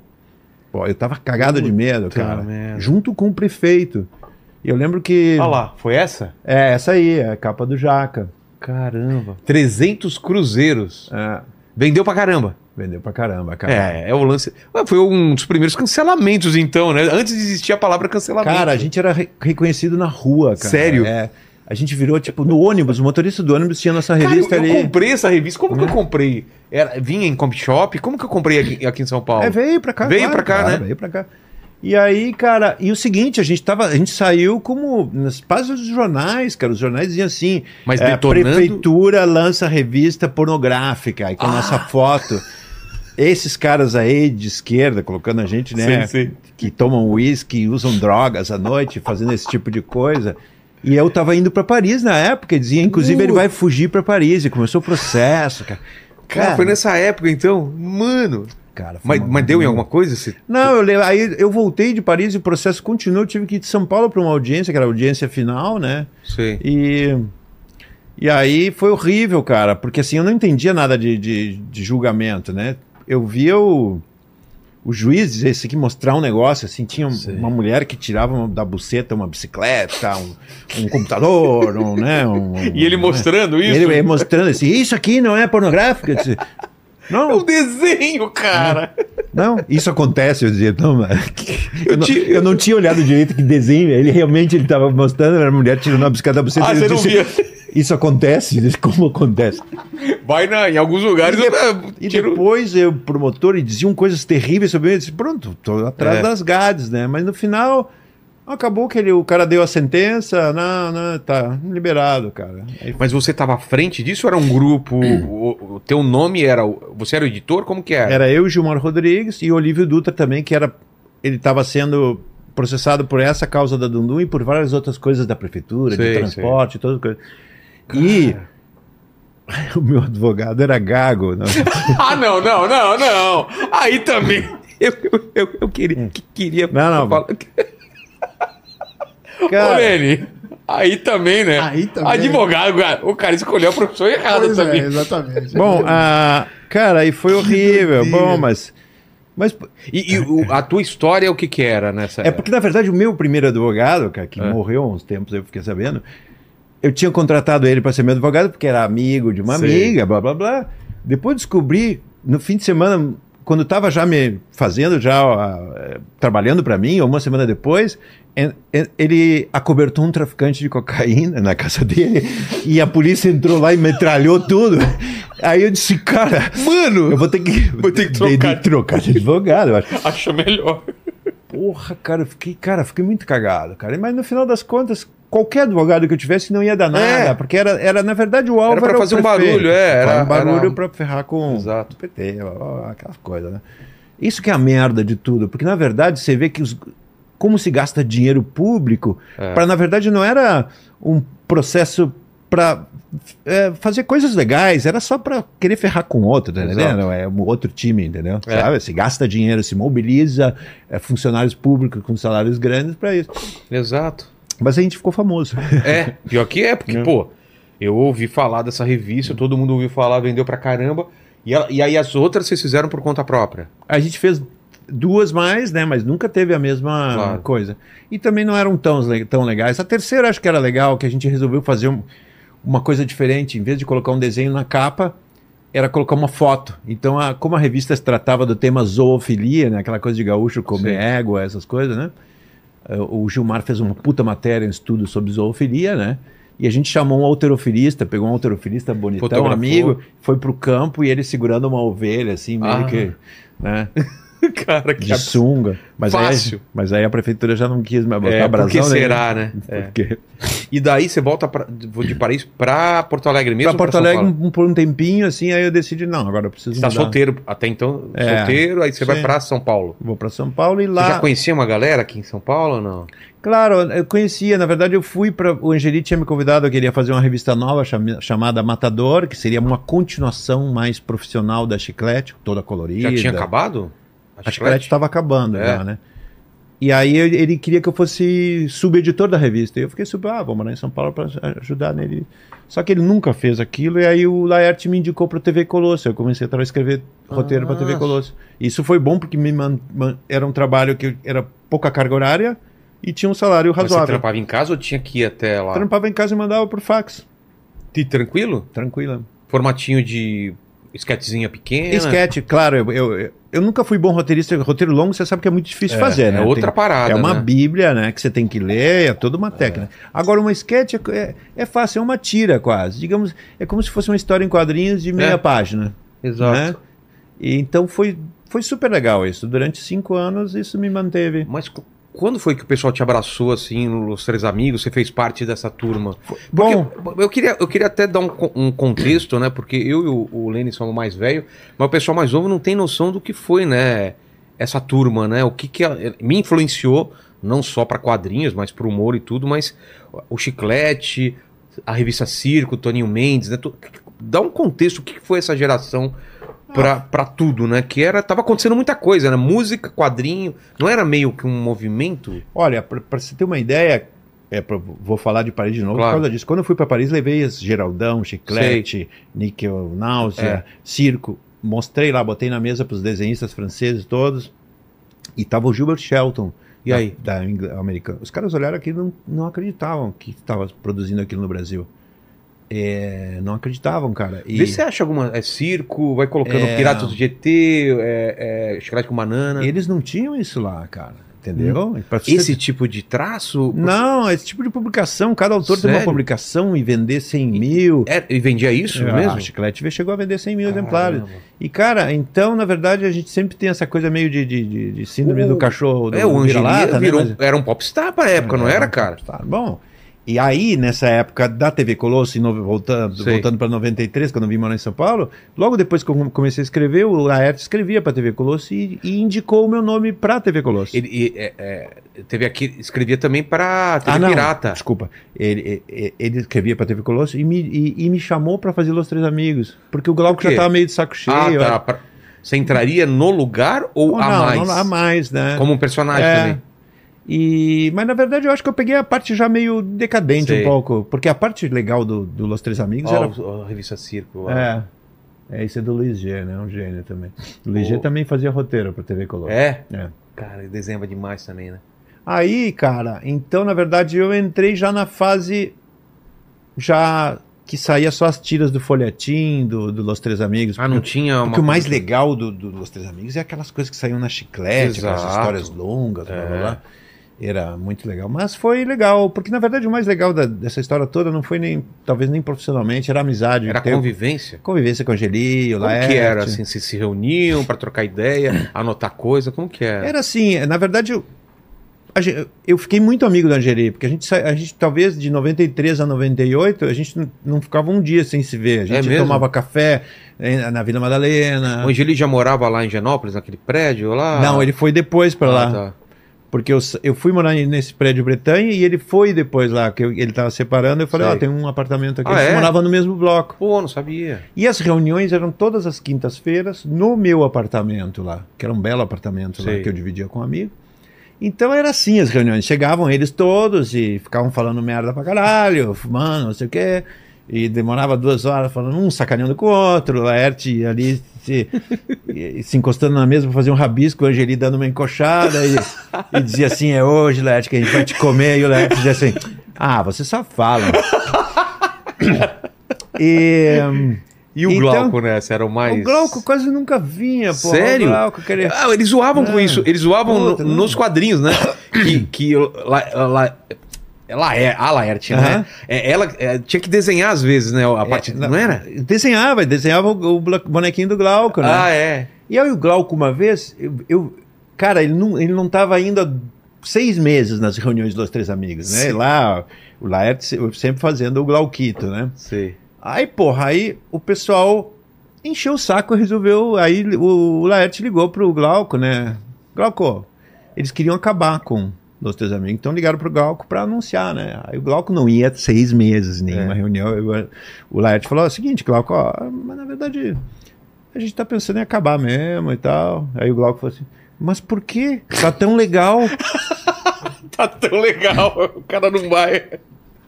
S3: Pô, eu tava cagado de medo,
S1: Puta
S3: cara.
S1: merda.
S3: Junto com o prefeito. E eu lembro que.
S1: Olha lá, foi essa?
S3: É, essa aí, é a capa do Jaca.
S1: Caramba. 300 cruzeiros.
S3: É,
S1: Vendeu pra caramba.
S3: vendeu pra caramba, cara.
S1: É, é o lance. Ué, Foi um dos primeiros cancelamentos, então, né? Antes de existir a palavra cancelamento.
S3: Cara, a gente era re- reconhecido na rua, cara.
S1: Sério?
S3: É. A gente virou, tipo, no ônibus, o motorista do ônibus tinha nossa
S1: Cara,
S3: revista
S1: eu, eu
S3: ali. É.
S1: comprei essa revista. Como que eu comprei? Era, vinha em comp shop? Como que eu comprei aqui, aqui em São Paulo?
S3: É, veio pra cá.
S1: Veio pra cá, né?
S3: Veio pra cá. E aí, cara, e o seguinte, a gente tava, a gente saiu como nas páginas dos jornais, cara, os jornais diziam assim,
S1: Mas
S3: é,
S1: detonando- Ah.
S3: prefeitura lança revista pornográfica, aí com a nossa foto. Esses caras aí de esquerda, colocando a gente, né,
S1: Sim, sim.
S3: que tomam uísque, usam drogas à noite, fazendo esse tipo de coisa. E eu tava indo pra Paris na época, e dizia, inclusive,
S1: Uh.
S3: ele vai fugir pra Paris, e começou o processo, cara.
S1: Cara, Ah, foi nessa época, então? Mano.
S3: cara, foi
S1: Mas,
S3: uma-
S1: mas deu em alguma coisa? esse-
S3: não, eu, le- aí eu voltei de Paris e o processo continuou. Eu tive que ir de São Paulo para uma audiência, que era a audiência final, né?
S1: Sei.
S3: E, e aí foi horrível, cara, porque assim eu não entendia nada de, de, de julgamento, né? Eu via o, o juiz esse aqui mostrar um negócio, assim, tinha um-
S1: Sei.
S3: uma mulher que tirava uma- da buceta uma bicicleta, um, um computador, um, né? um-
S1: E É. ele mostrando
S3: e
S1: isso?
S3: ele, ele mostrando assim, isso aqui não é pornográfico. Eu disse, não,
S1: É um desenho, cara.
S3: não, isso acontece, eu dizia, não, mas... eu, não,
S1: ti-
S3: eu não tinha olhado direito que desenho, ele realmente ele tava mostrando, era a mulher tirando a bicicleta da buceta,
S1: Ah,
S3: eu
S1: você não
S3: disse,
S1: via.
S3: Isso acontece, Eu disse, como acontece?
S1: Vai na, em alguns lugares.
S3: E de-
S1: eu-
S3: E
S1: tiro-
S3: depois eu, o promotor e diziam coisas terríveis sobre ele, eu disse, pronto, tô atrás
S1: É.
S3: das grades, né? Mas no final acabou que ele, o cara deu a sentença, não, não, tá liberado, cara. Aí
S1: Mas você estava à frente disso? ou Era um grupo? o, o teu nome era. o- Você era o editor? Como que era?
S3: Era eu, Gilmar Rodrigues e Olívio Dutra também, que era. Ele estava sendo processado por essa causa da Dundum e por várias outras coisas da prefeitura,
S1: Sei,
S3: de transporte, toda coisa. E o meu advogado era gago. né?
S1: Ah, não, não, não, não. Aí também. Eu, eu, eu, eu queria. que- queria
S3: Não, não.
S1: falar- Ô,
S3: Cara,
S1: Lene, aí também, né?
S2: Ah, Aí também.
S1: Advogado, cara, o cara escolheu a profissão errada
S2: Pois é,
S1: também.
S2: exatamente.
S3: bom, ah, cara, e foi horrível.
S2: doideira.
S3: Bom, mas. Mas
S1: E, e o- a tua história, o que que era nessa
S3: É porque, na verdade, o meu primeiro advogado, cara, que
S1: É.
S3: morreu há uns tempos, eu fiquei sabendo, eu tinha contratado ele para ser meu advogado porque era amigo de uma
S1: Sei.
S3: amiga, blá, blá, blá. Depois descobri, no fim de semana, quando estava já me fazendo, já ó, eh, trabalhando para mim, ou uma semana depois, en- en- ele acobertou um traficante de cocaína na casa dele e a polícia entrou lá e metralhou tudo. Aí eu disse, cara,
S1: Mano!
S3: eu vou ter que,
S1: Vou ter que trocar.
S3: de, trocar de advogado, eu acho.
S1: Acho melhor.
S3: Porra, cara, eu fiquei, cara, eu fiquei muito cagado, cara. Mas no final das contas, qualquer advogado que eu tivesse não ia dar nada,
S1: É.
S3: porque era, era, na verdade, o alvo
S1: pra
S3: o
S1: fazer um
S3: prefeito.
S1: barulho, é,
S3: Era,
S1: era-
S3: um barulho
S1: era-
S3: pra ferrar com
S1: Exato.
S3: o PT, ó, ó, aquelas coisas, né? Isso que é a merda de tudo, porque na verdade você vê que os, como se gasta dinheiro público,
S1: É.
S3: pra na verdade não era um processo pra é, fazer coisas legais, era só pra querer ferrar com outro, tá
S1: Exato.
S3: entendendo? É um outro time, entendeu?
S1: É.
S3: Sabe? Se gasta dinheiro, se mobiliza é, funcionários públicos com salários grandes pra isso.
S1: Exato.
S3: Mas a gente ficou famoso.
S1: É, pior que é, porque, pô, eu ouvi falar dessa revista, todo mundo ouviu falar, vendeu pra caramba. E, ela- e aí as outras vocês fizeram por conta própria.
S3: A gente fez duas mais, né? Mas nunca teve a mesma
S1: Claro.
S3: coisa. E também não eram tão, le- tão legais. A terceira acho que era legal, que a gente resolveu fazer um- uma coisa diferente. Em vez de colocar um desenho na capa, era colocar uma foto. Então, a- como a revista se tratava do tema zoofilia, né? Aquela coisa de gaúcho comer
S1: Sim.
S3: égua, essas coisas, né? Eh, O Gilmar fez uma puta matéria, um estudo sobre zoofilia, né? E a gente chamou um alterofilista, pegou um alterofilista bonitão, um
S1: Fotografou.
S3: amigo, foi pro campo e ele segurando uma ovelha, assim, meio
S1: Ah.
S3: que. Né?
S1: Cara, que
S3: de sunga. Mas
S1: Fácil.
S3: Aí, mas aí a prefeitura já não quis mais botar
S1: É,
S3: brasão.
S1: por que
S3: né?
S1: será, né? É.
S3: Porque...
S1: E daí você volta pra, de Paris pra Porto Alegre mesmo?
S3: Pra Porto
S1: São
S3: Alegre
S1: Paulo?
S3: um- por um tempinho, assim, aí eu decidi, não, agora eu preciso
S1: Você tá
S3: mudar.
S1: solteiro até então,
S3: É.
S1: solteiro, aí você vai
S3: Sim.
S1: pra São Paulo.
S3: Vou pra São Paulo e
S1: Você
S3: lá...
S1: já conhecia uma galera aqui em São Paulo ou não?
S3: Claro, eu conhecia. Na verdade, eu fui para O Angeli tinha me convidado, eu queria fazer uma revista nova cham- chamada Matador, que seria uma continuação mais profissional da Chiclete, toda colorida.
S1: Já tinha acabado?
S3: A Chiclete estava acabando
S1: É.
S3: já, né? E aí eu- ele queria que eu fosse subeditor da revista. E eu fiquei super, ah, vou morar em São Paulo para ajudar nele. Só que ele nunca fez aquilo, e aí o Laerte me indicou para TV Colosso. Eu comecei a tra- escrever roteiro para TV
S1: Ah.
S3: Colosso. Isso foi bom porque me man- man- era um trabalho que era pouca carga horária e tinha um salário
S1: Mas Você
S3: razoável.
S1: trampava em casa ou tinha que ir até lá?
S3: Trampava em casa e mandava por fax.
S1: E tranquilo?
S3: Tranquila.
S1: Formatinho de esquetezinha pequena?
S3: Esquete, claro, eu, eu, eu nunca fui bom roteirista. Roteiro longo você sabe que é muito difícil fazer,
S1: É
S3: né?
S1: outra
S3: Tem-
S1: parada,
S3: É uma
S1: né?
S3: bíblia, né? Que você tem que ler, é toda uma técnica. Agora, uma sketch é- é, é fácil, é uma tira quase. Digamos, é como se fosse uma história em quadrinhos de meia
S1: É.
S3: página.
S1: Exato.
S3: Né? E, então foi, foi super legal isso. Durante cinco anos isso me manteve.
S1: Mas c- quando foi que o pessoal te abraçou assim, os três amigos? Você fez parte dessa turma? Porque
S3: Bom,
S1: eu- eu queria, eu queria até dar um, co- um contexto, né? Porque eu e o, o Lênin somos mais velho, mas o pessoal mais novo não tem noção do que foi, né? Essa turma, né? O que que ela- me influenciou não só para quadrinhos, mas para humor e tudo, mas o Chiclete, a revista Circo, Toninho Mendes, né? tu- Dá um contexto o que que foi essa geração pra, pra tudo, né? Que era tava acontecendo muita coisa, né? Música, quadrinho, não era meio que um movimento?
S3: olha, para você ter uma ideia, é, pra- vou falar de Paris de novo
S1: Claro.
S3: por causa disso. Quando eu fui para Paris, levei esse Geraldão, Chiclete, Níquel,
S1: É.
S3: Náusea, Circo. Mostrei lá, botei na mesa para os desenhistas franceses todos. E tava o Gilbert Shelton.
S1: E
S3: da-
S1: aí?
S3: Da, Ingl- americana. Os caras olharam aquilo e não, não acreditavam que estava produzindo aquilo no Brasil. É, não acreditavam, cara. E É.
S1: Vê se você acha alguma. É circo, vai colocando Piratas do GT, é, é, chocolate com banana.
S3: eles não tinham isso lá, cara. Entendeu? Pra você
S1: Esse tipo de traço.
S3: Não, esse tipo de publicação, cada autor tem uma
S1: Sério?
S3: publicação e vender 100 mil.
S1: É, e vendia isso
S3: Ah,
S1: mesmo?
S3: A Chiclete chegou a vender 100 mil exemplares.
S1: Caramba.
S3: E, cara, então, na verdade, a gente sempre tem essa coisa meio de, de- de- de síndrome
S1: O-
S3: do cachorro, do
S1: É, o
S3: vira-lata,
S1: Angelim
S3: né?
S1: virou,
S3: Mas-
S1: era um popstar pra época, não era, cara?
S3: Tá bom. E aí, nessa época da TV Colosso, em nove- voltando,
S1: Sei.
S3: voltando para 93, quando eu vim morar em São Paulo, logo depois que eu comecei a escrever, o Laerte escrevia para TV Colosso e, e indicou o meu nome para TV Colosso.
S1: Ele e, é, é, teve aqui, escrevia também pra TV
S3: Ah, não.
S1: é Pirata.
S3: Desculpa. Ele, ele, ele escrevia pra TV Colosso e me, e, e me chamou pra fazer Los Três Amigos. Porque o Glauco
S1: Por quê?
S3: já tava meio de saco cheio.
S1: Ah, tá.
S3: era-
S1: pra- você entraria no lugar ou
S3: Ou
S1: a
S3: não,
S1: mais?
S3: não, a mais, né?
S1: Como um personagem
S3: É.
S1: também.
S3: E, mas na verdade eu acho que eu peguei a parte já meio decadente
S1: Sei.
S3: um pouco. Porque a parte legal do, do Los Três Amigos
S1: Ó,
S3: era.
S1: o- a revista Circo. ó.
S3: É. É, esse é do Luiz G, né? Um gênio também. O Luiz
S1: O-
S3: G também fazia roteiro pra TV Colosso.
S1: É?
S3: É.
S1: Cara, ele desenhava demais também, né?
S3: Aí, cara, então na verdade eu entrei já na fase já que saía só as tiras do folhetim, do, do Los Três Amigos.
S1: Ah, não tinha uma.
S3: Porque o mais legal do, do Los Três Amigos é aquelas coisas que saíam na chiclete, aquelas
S1: Exato.
S3: histórias longas, blá, blá,
S1: É.
S3: blá. Era muito legal. Mas foi legal, porque na verdade o mais legal da- dessa história toda não foi nem, talvez nem profissionalmente, era a amizade.
S1: Era
S3: ter-
S1: convivência.
S3: convivência com a Angeli, o
S1: Como
S3: Laerte.
S1: que era, assim, vocês se reuniam pra trocar ideia, anotar coisa, como que era?
S3: Era assim, na verdade, eu, a gen- eu fiquei muito amigo da Angeli, porque a gente, sa- a gente, talvez de 93 a 98, a gente n- não ficava um dia sem se ver. A gente
S1: É mesmo?
S3: tomava café eh, na Vila Madalena.
S1: O Angeli já morava lá em Genópolis, naquele prédio lá?
S3: Não, ele foi depois pra lá.
S1: Ah, tá.
S3: Porque eu, sa- eu fui morar nesse prédio Bretanha e ele foi depois lá, que eu- ele tava separando. Eu falei, ó,
S1: Sei.
S3: tem um apartamento aqui.
S1: Ah,
S3: Eles
S1: é?
S3: moravam no mesmo bloco.
S1: Pô, não sabia.
S3: E as reuniões eram todas as quintas-feiras no meu apartamento lá, que era um belo apartamento lá,
S1: Sei.
S3: que eu dividia com um amigo. Então era assim as reuniões. Chegavam eles todos e ficavam falando merda pra caralho, fumando, não sei o quê. E demorava duas horas falando um sacaneando com o outro, Laerte ali se, e- se encostando na mesa para fazer um rabisco, o Angeli dando uma encoxada e, e dizia assim: é hoje, Laerte, que a gente vai te comer. E o Laerte dizia assim: ah, você só fala. e. hum,
S1: E o
S3: Então-
S1: Glauco, né? Esse era o mais.
S3: O Glauco quase nunca vinha, pô.
S1: Sério?
S3: O Glauco queria.
S1: Ah, eles zoavam com
S3: Ah,
S1: isso. Eles zoavam no-
S3: puta, não.
S1: nos quadrinhos, né? que. que la, la- ela é a Laerte,
S3: Aham.
S1: né? É, ela é, tinha que desenhar às vezes, né? A parte.
S3: É,
S1: não, era?
S3: Desenhava, desenhava o, o bla- bonequinho do Glauco, né?
S1: Ah, é.
S3: E eu e o Glauco, uma vez, eu. eu- cara, ele não, ele não tava indo há seis meses nas reuniões dos Três Amigos, né?
S1: Sim.
S3: E Lá, o Laerte se- sempre fazendo o Glauquito, né?
S1: Sei.
S3: Aí, porra, aí o pessoal encheu o saco e resolveu. Aí o, o Laerte ligou pro Glauco, né? Glauco, eles queriam acabar com os teus amigos, então ligaram pro Glauco pra anunciar, né? Aí o Glauco não ia há seis meses em nenhuma
S1: É.
S3: reunião. Eu- o Laerte falou: "Ó, seguinte, Glauco, ó, mas na verdade a gente tá pensando em acabar mesmo e tal. Aí o Glauco falou assim: mas por quê? Tá tão legal.
S1: Tá tão legal. O cara não vai.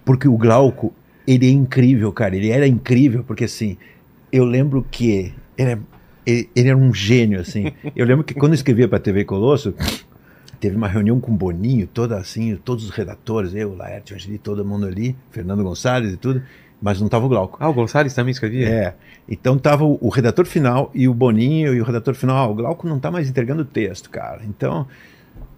S3: Porque o Glauco, ele é incrível, cara. Ele era incrível, porque assim, eu lembro que ele, é- ele, ele era um gênio, assim. Eu lembro que quando eu escrevia pra TV Colosso, teve uma reunião com o Boninho, toda assim, todos os redatores, eu, Laerte, o Angeli, todo mundo ali, Fernando Gonçalves e tudo, mas não tava o Glauco.
S1: Ah, o Gonçalves também escrevia?
S3: É. Então tava o, o redator final e o Boninho e o redator final, ah, o Glauco não tá mais entregando o texto, cara. Então,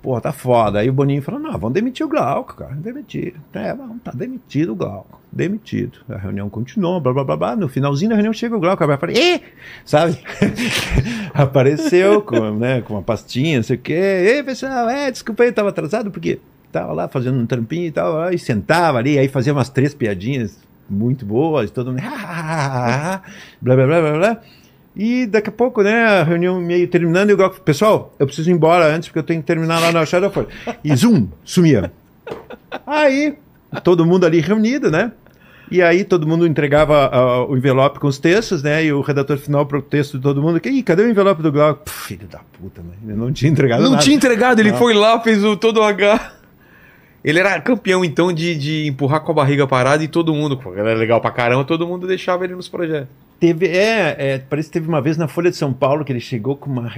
S3: pô, tá foda. Aí o Boninho falou, não, vamos demitir o Glauco, cara, demitir. É, vamos, tá demitido o Glauco, demitido. A reunião continuou, blá, blá, blá, blá. No finalzinho da reunião chega o Glauco, vai falar, ê! Sabe? Apareceu com, né, com uma pastinha, não sei o quê. Ei, pessoal, é, desculpa aí, eu tava atrasado, porque tava lá fazendo um trampinho e tal, lá, e sentava ali, aí fazia umas três piadinhas muito boas, todo mundo blá blá blá blá blá. E daqui a pouco, né, a reunião meio terminando, e o Glauco, pessoal, eu preciso ir embora antes, porque eu tenho que terminar lá na Shadowford. E zoom, sumia. Aí, todo mundo ali reunido, né? E aí todo mundo entregava ah, o envelope com os textos, né? E o redator final pro texto de todo mundo. Ih, cadê o envelope do Glauco? Pô, filho da puta, né? Ele não tinha entregado
S1: Não
S3: nada.
S1: tinha entregado, ele
S3: Não.
S1: foi lá, fez o todo o H. Ele era campeão, então, de, de empurrar com a barriga parada e todo mundo, pô, era legal pra caramba, todo mundo deixava ele nos projetos.
S3: Teve, é, é, parece que teve uma vez na Folha de São Paulo que ele chegou com uma.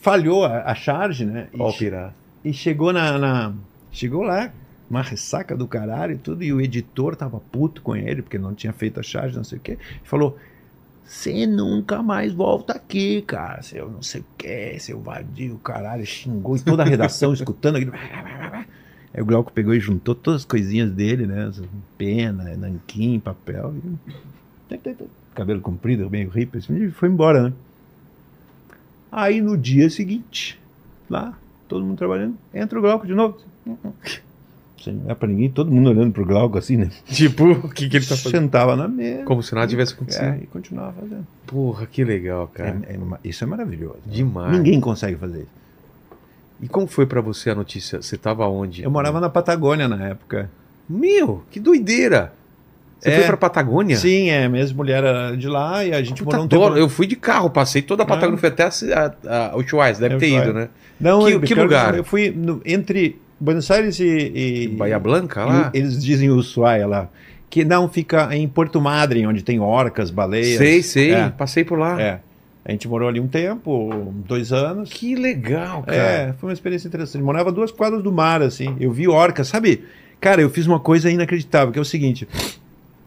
S3: Falhou a, a charge, né? E
S1: Ó, o
S3: che-
S1: pirata.
S3: E chegou na, na- Chegou lá, uma ressaca do caralho e tudo, e o editor tava puto com ele, porque não tinha feito a charge, não sei o quê. E falou: Você nunca mais volta aqui, cara. Seu não sei o quê, seu vadio, caralho. Xingou e toda a redação escutando aquilo. Aí o Glauco pegou e juntou todas as coisinhas dele, né? Pena, nanquim, papel. e- Cabelo comprido, meio hippie, assim, e foi embora, né? Aí no dia seguinte, lá, todo mundo trabalhando, entra o Glauco de novo. Sem olhar pra ninguém, todo mundo olhando pro Glauco assim, né?
S1: Tipo, o que, que ele tá fazendo?
S3: Sentava na mesa.
S1: Como se nada tivesse acontecido.
S3: É, e continuava fazendo.
S1: Porra, que legal, cara.
S3: É- é ma- isso é maravilhoso. né?
S1: Demais.
S3: Ninguém consegue fazer isso.
S1: E como foi pra você a notícia? Você tava onde?
S3: Eu morava na Patagônia na época.
S1: Meu, que doideira! Você
S3: É.
S1: foi pra Patagônia?
S3: Sim, é, minha ex-mulher era de lá e a gente
S1: Puta,
S3: morou um
S1: adoro.
S3: tempo...
S1: Eu fui de carro, passei toda a Patagônia,
S3: Ah.
S1: fui até a, ci- a, a Ushuaia, deve
S3: É,
S1: ter
S3: vai.
S1: ido, né?
S3: Não,
S1: Que-
S3: eu-
S1: que
S3: cara,
S1: lugar?
S3: Eu fui no- entre Buenos Aires e... e
S1: Bahia Blanca lá?
S3: e- Eles dizem Ushuaia lá. Que não fica em Porto Madryn, onde tem orcas, baleias.
S1: Sei, sei,
S3: É.
S1: passei por lá.
S3: É. A gente morou ali um tempo, dois anos.
S1: Que legal, cara.
S3: É, foi uma experiência interessante. Morava a duas quadras do mar, assim. Eu vi orca, sabe? Cara, eu fiz uma coisa inacreditável, que é o seguinte.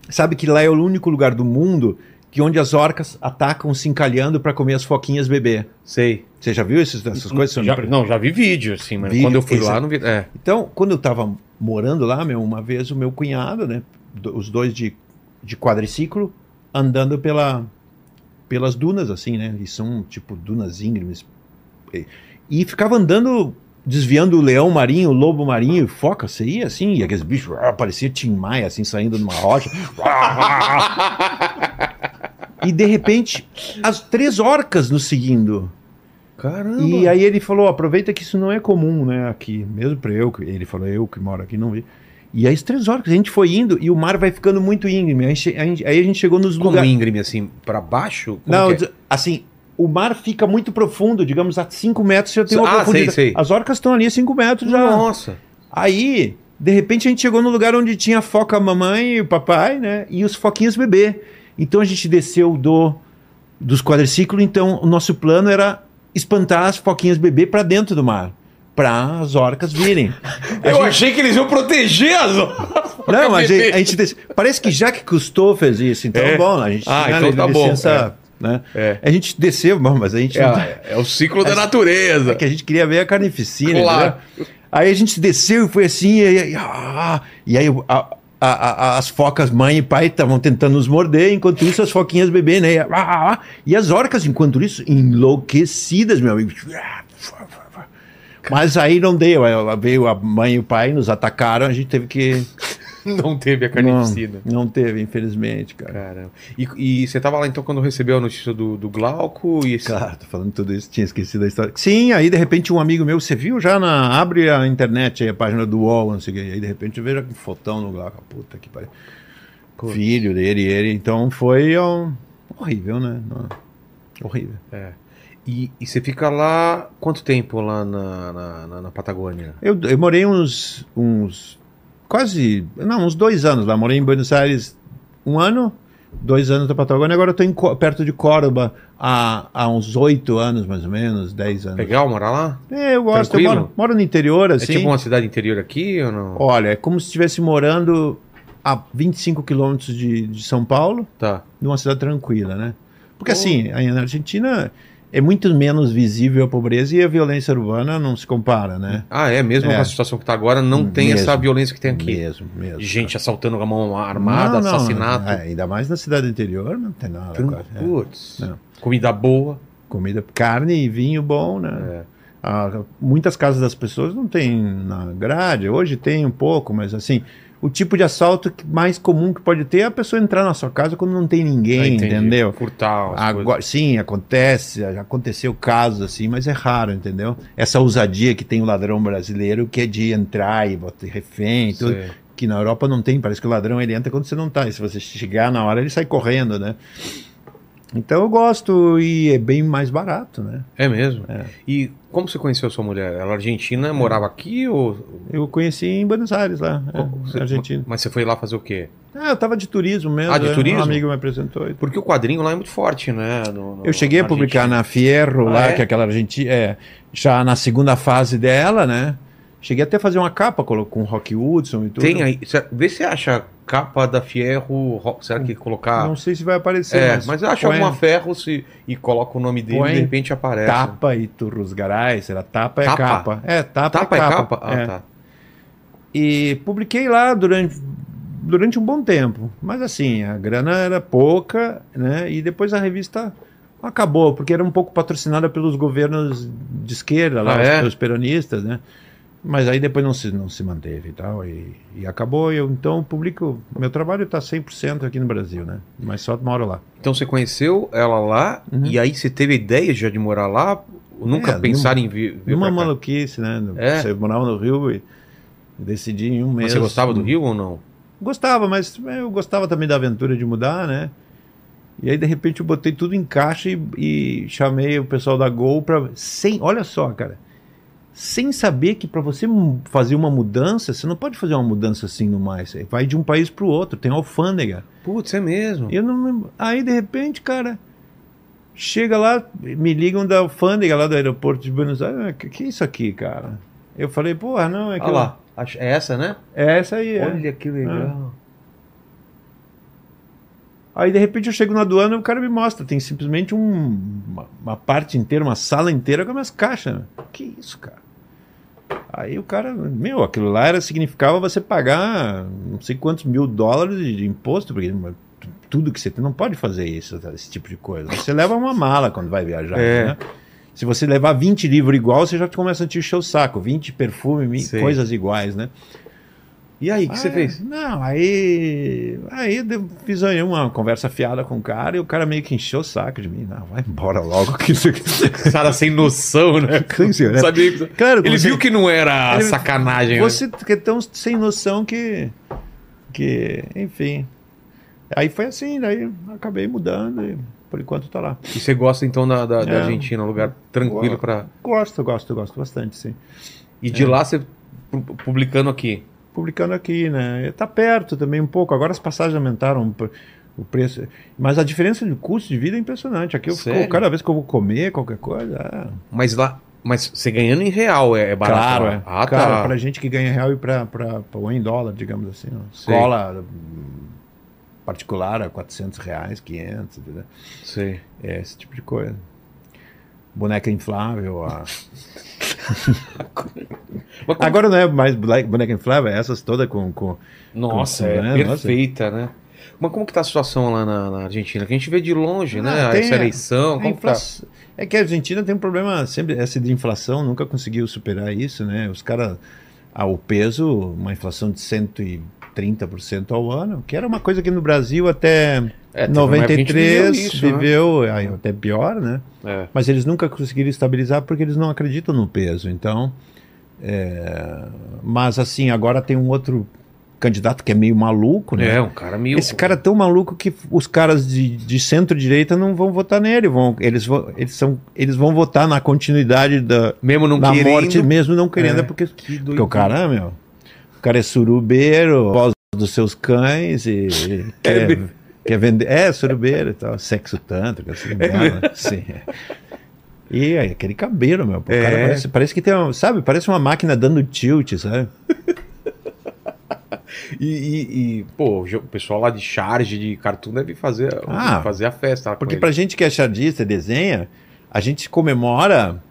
S3: Sabe que lá é o único lugar do mundo que onde as orcas atacam se encalhando pra comer as foquinhas bebê.
S1: Sei.
S3: Você já viu esses- essas coisas? São
S1: Já- não, já vi vídeo, assim, mas
S3: Vídeo,
S1: quando eu fui
S3: esse-
S1: lá, não vi. É.
S3: Então, quando eu tava morando lá, meu, uma vez o meu cunhado, né, do- os dois de, de quadriciclo, andando pela, pelas dunas, assim, né, e são tipo dunas íngremes, e, e ficava andando, desviando o leão marinho, o lobo marinho, e foca, você ia assim, e aqueles bichos, ah, parecia Tim Maia, assim, saindo de uma rocha. e de repente, as três orcas nos seguindo.
S1: Caramba.
S3: E aí ele falou, aproveita que isso não é comum, né, aqui, mesmo pra eu, que- ele falou, eu que moro aqui, não vi. E aí, às três horas, a gente foi indo e o mar vai ficando muito íngreme, aí, che- aí- aí a gente chegou nos
S1: Como
S3: lugares...
S1: íngreme, assim, pra baixo? Como
S3: Não,
S1: que é?
S3: assim, o mar fica muito profundo, digamos, a cinco metros já tem uma
S1: Ah, sei,
S3: profundidade.
S1: sei.
S3: As orcas estão ali a cinco metros já.
S1: Nossa.
S3: Aí, De repente a gente chegou no lugar onde tinha a foca mamãe e o papai, né? E os foquinhos bebê. Então a gente desceu do dos quadriciclos, então o nosso plano era espantar as foquinhas bebê para dentro do mar, para as orcas virem. A
S1: Eu
S3: gente-
S1: achei que eles iam proteger as outras.
S3: Não, a gente, a gente desceu. Parece que já que custou fez isso, então
S1: É.
S3: bom, a gente
S1: Ah,
S3: tinha
S1: então tá bom,
S3: licença, né?
S1: É.
S3: A gente desceu, bom, mas a gente não-
S1: É, é o ciclo da natureza.
S3: é que a gente queria ver a carnificina.
S1: Claro.
S3: entendeu? Aí a gente desceu e foi assim, e, e- ah, e aí a- a- a- as focas mãe e pai estavam tentando nos morder, enquanto isso as foquinhas bebê, né? E, ah, ah, ah. E as orcas, enquanto isso, enlouquecidas, meu amigo. Mas aí não deu, ela veio a mãe e o pai, nos atacaram, a gente teve que...
S1: Não teve a
S3: Não,
S1: carnificina.
S3: não teve, infelizmente, cara.
S1: Caramba. E, e você tava lá então quando recebeu a notícia do, do Glauco e esse...
S3: Claro, tô falando tudo isso, tinha esquecido a história. Sim, aí de repente um amigo meu, você viu já na. Abre a internet aí, a página do UOL, não sei o quê. Aí de repente eu vejo um fotão no Glauco, puta que pariu.
S1: Putz.
S3: Filho dele, ele. Então foi um... horrível, né? Não, Horrível.
S1: É. E, e você fica lá quanto tempo lá na, na, na- na Patagônia?
S3: Eu, eu morei uns. uns. quase. não, uns dois anos lá. Morei em Buenos Aires um ano, dois anos na Patagônia. Agora eu tô em Co- perto de Córdoba há, há uns oito anos, mais ou menos, dez anos.
S1: Legal morar lá?
S3: É, eu gosto, eu
S1: Tranquilo?
S3: moro, moro no interior, assim.
S1: É tipo uma cidade interior aqui ou não?
S3: Olha, é como se estivesse morando a 25 quilômetros de, de São Paulo,
S1: Tá.
S3: numa cidade tranquila, né? Porque assim, aí na Argentina é muito menos visível a pobreza e a violência urbana não se compara, né?
S1: Ah, é mesmo
S3: É.
S1: com a situação que tá agora, não tem
S3: Mesmo.
S1: essa violência que tem aqui.
S3: Mesmo, mesmo.
S1: Gente assaltando com a mão armada,
S3: Não, não,
S1: assassinato.
S3: é, ainda mais na cidade interior, não tem nada.
S1: Tran-
S3: cara. É,
S1: Putz.
S3: Não.
S1: Comida boa. tá,
S3: comida, carne e vinho bom, né?
S1: É.
S3: Ah, muitas casas das pessoas não tem na grade, hoje tem um pouco, mas assim, o tipo de assalto que- mais comum que pode ter é a pessoa entrar na sua casa quando não tem
S1: Ah,
S3: ninguém,
S1: entendi.
S3: entendeu?
S1: Furtar. as coisas.
S3: Agora, sim, acontece, já aconteceu casos assim, mas é raro, entendeu? Essa ousadia que tem o ladrão brasileiro, que é de entrar e botar refém, e tudo,
S1: Sei.
S3: que na Europa não tem, parece que o ladrão ele entra quando você não tá, e se você chegar na hora ele sai correndo, né? Então eu gosto e é bem mais barato, né?
S1: É mesmo?
S3: É.
S1: E como você conheceu sua mulher? Ela é argentina, morava aqui ou...
S3: Eu conheci em Buenos Aires lá, é,
S1: Você-
S3: Argentina.
S1: Mas você foi lá fazer o quê?
S3: Ah, eu tava de turismo mesmo.
S1: Ah, de
S3: é,
S1: turismo?
S3: Um amigo me apresentou. e-
S1: Porque o quadrinho lá é muito forte, né? no- no-
S3: Eu cheguei a
S1: na
S3: publicar
S1: Argentina.
S3: na Fierro
S1: Ah,
S3: lá,
S1: é?
S3: que é aquela Argentina, é, já na segunda fase dela, né? Cheguei até a fazer uma capa colo- com o Rock Hudson e tudo.
S1: Tem aí. cê- Vê se acha a capa da Fierro. ro- Será que colocar.
S3: Não sei se vai aparecer,
S1: é, mas eu acho
S3: põe
S1: alguma ferro se, e coloca o nome dele
S3: Põe Tá,
S1: de repente aparece.
S3: Tapa e Turrusgaray, será? Tapa é
S1: Tapa?
S3: capa. É, tapa,
S1: Tapa
S3: é
S1: é
S3: capa.
S1: capa? Ah,
S3: é.
S1: tá.
S3: E publiquei lá durante, durante um bom tempo. Mas assim, a grana era pouca, né? E depois a revista acabou, porque era um pouco patrocinada pelos governos de esquerda, lá,
S1: Ah, é?
S3: os, pelos peronistas, né? Mas aí depois não se, não se manteve e tal, e, e acabou. Eu então publico. Meu trabalho tá está 100% aqui no Brasil, né? Mas só moro lá.
S1: Então você conheceu ela lá
S3: Uhum.
S1: e aí você teve a ideia já de morar lá? Nunca
S3: É,
S1: pensaram em vir, vir
S3: Uma
S1: pra cá?
S3: maluquice, né? No-
S1: É.
S3: Você morava no Rio e decidi em um mês.
S1: Mas você gostava do Rio ou não?
S3: Gostava, mas eu gostava também da aventura de mudar, né? E aí, de repente, eu botei tudo em caixa e, e chamei o pessoal da Gol pra. Sem, olha só, cara. Sem saber que pra você mu- fazer uma mudança, você não pode fazer uma mudança assim no mais. Você vai de um país pro outro, tem alfândega.
S1: Putz, é mesmo.
S3: Eu não lembro. Aí, de repente, cara, chega lá, me ligam da alfândega lá do aeroporto de Buenos Aires. "Ah, Que, que é isso aqui, cara? Eu falei, porra, não, é que.
S1: Olha
S3: eu-
S1: lá. acho- É essa, né?
S3: É essa aí. é."
S1: Olha que legal.
S3: Aí de repente eu chego na aduana e o cara me mostra. Tem simplesmente um- uma, uma parte inteira, uma sala inteira com minhas caixas. né? Que isso, cara? Aí o cara, meu, aquilo lá era, significava você pagar não sei quantos mil dólares de, de imposto, porque tu- tudo que você tem, não pode fazer isso, tá, esse tipo de coisa. Você leva uma mala quando vai viajar,
S1: É.
S3: né? Se você levar 20 livros igual, você já começa a te encher o saco. 20 perfumes,
S1: Sei.
S3: coisas iguais, né?
S1: E aí, o que você
S3: Ah,
S1: fez?
S3: Não, aí. Aí deu- fiz aí uma conversa fiada com o cara e o cara meio que encheu o saco de mim. Não, vai embora logo. Que isso aqui.
S1: Cara sem noção, né?
S3: Câncer, né?
S1: Sabia que...
S3: Claro,
S1: Ele
S3: você-
S1: viu que não era
S3: Ele-
S1: sacanagem. né?
S3: Você que é tão sem noção que. Que. Enfim. Aí foi assim, daí acabei mudando e por enquanto tá lá.
S1: E você gosta então da, da, da
S3: É.
S1: Argentina, um lugar tranquilo
S3: Boa.
S1: pra.
S3: Gosto, gosto, gosto bastante, sim.
S1: E de lá você pu- publicando aqui.
S3: publicando aqui, né? Está perto também um pouco. Agora as passagens aumentaram o pre- o preço. Mas a diferença de custo de vida é impressionante. Aqui eu fico-
S1: Sério?
S3: cada vez que eu vou comer qualquer coisa. ah,
S1: Mas lá. Mas você ganhando em real é, é barato.
S3: claro,
S1: lá.
S3: é.
S1: Ah,
S3: Claro,
S1: tá.
S3: pra gente que ganha real e pra, pra, pra ou em dólar, digamos assim. ó.
S1: Sei.
S3: Escola hum, particular a 400 reais, 500, entendeu?
S1: Sei.
S3: É esse tipo de coisa. Boneca inflável, a...
S1: Mas como-
S3: Agora não é mais bone- boneca inflável, é essas todas com. com...
S1: Nossa,
S3: Como-
S1: é
S3: né?
S1: perfeita, né? Mas como que tá a situação lá na, na Argentina? Que a gente vê de longe,
S3: Não,
S1: né?
S3: Ah, tem
S1: Essa
S3: a-
S1: eleição.
S3: a
S1: Como que tá?
S3: infla- É que a Argentina tem um problema sempre, essa de inflação, nunca conseguiu superar isso, né? Os caras. Ah, o peso, uma inflação de 130% ao ano, que era uma coisa que no Brasil até
S1: É, teve uma época que a gente viveu
S3: 93
S1: isso, né?
S3: viveu, aí até pior, né?
S1: É.
S3: Mas eles nunca conseguiram estabilizar porque eles não acreditam no peso. Então, é, mas assim, agora tem um outro candidato que é meio maluco, né?
S1: É, um cara meio.
S3: Esse cara é tão maluco que os caras de, de centro-direita não vão votar nele. Vão, eles, vão, eles, são, eles vão votar na continuidade da,
S1: Mesmo não
S3: da
S1: querendo.
S3: morte, mesmo não querendo,
S1: É.
S3: é porque
S1: Que
S3: porque
S1: doido.
S3: o cara, meu, o cara é surubeiro, voz dos seus cães e, e quer, quer vender. É, surubeiro e tal, sexo tântrico, assim, dela, assim. E aí, aquele cabelo, meu. pô, O cara
S1: É.
S3: parece, parece que tem uma, sabe? Parece uma máquina dando tilt, sabe?
S1: E, e- e, pô, o jo- o pessoal lá de charge, de cartoon, deve fazer,
S3: Ah,
S1: fazer a festa. lá com
S3: Porque
S1: ele.
S3: pra gente que é chadista e desenha, a gente comemora.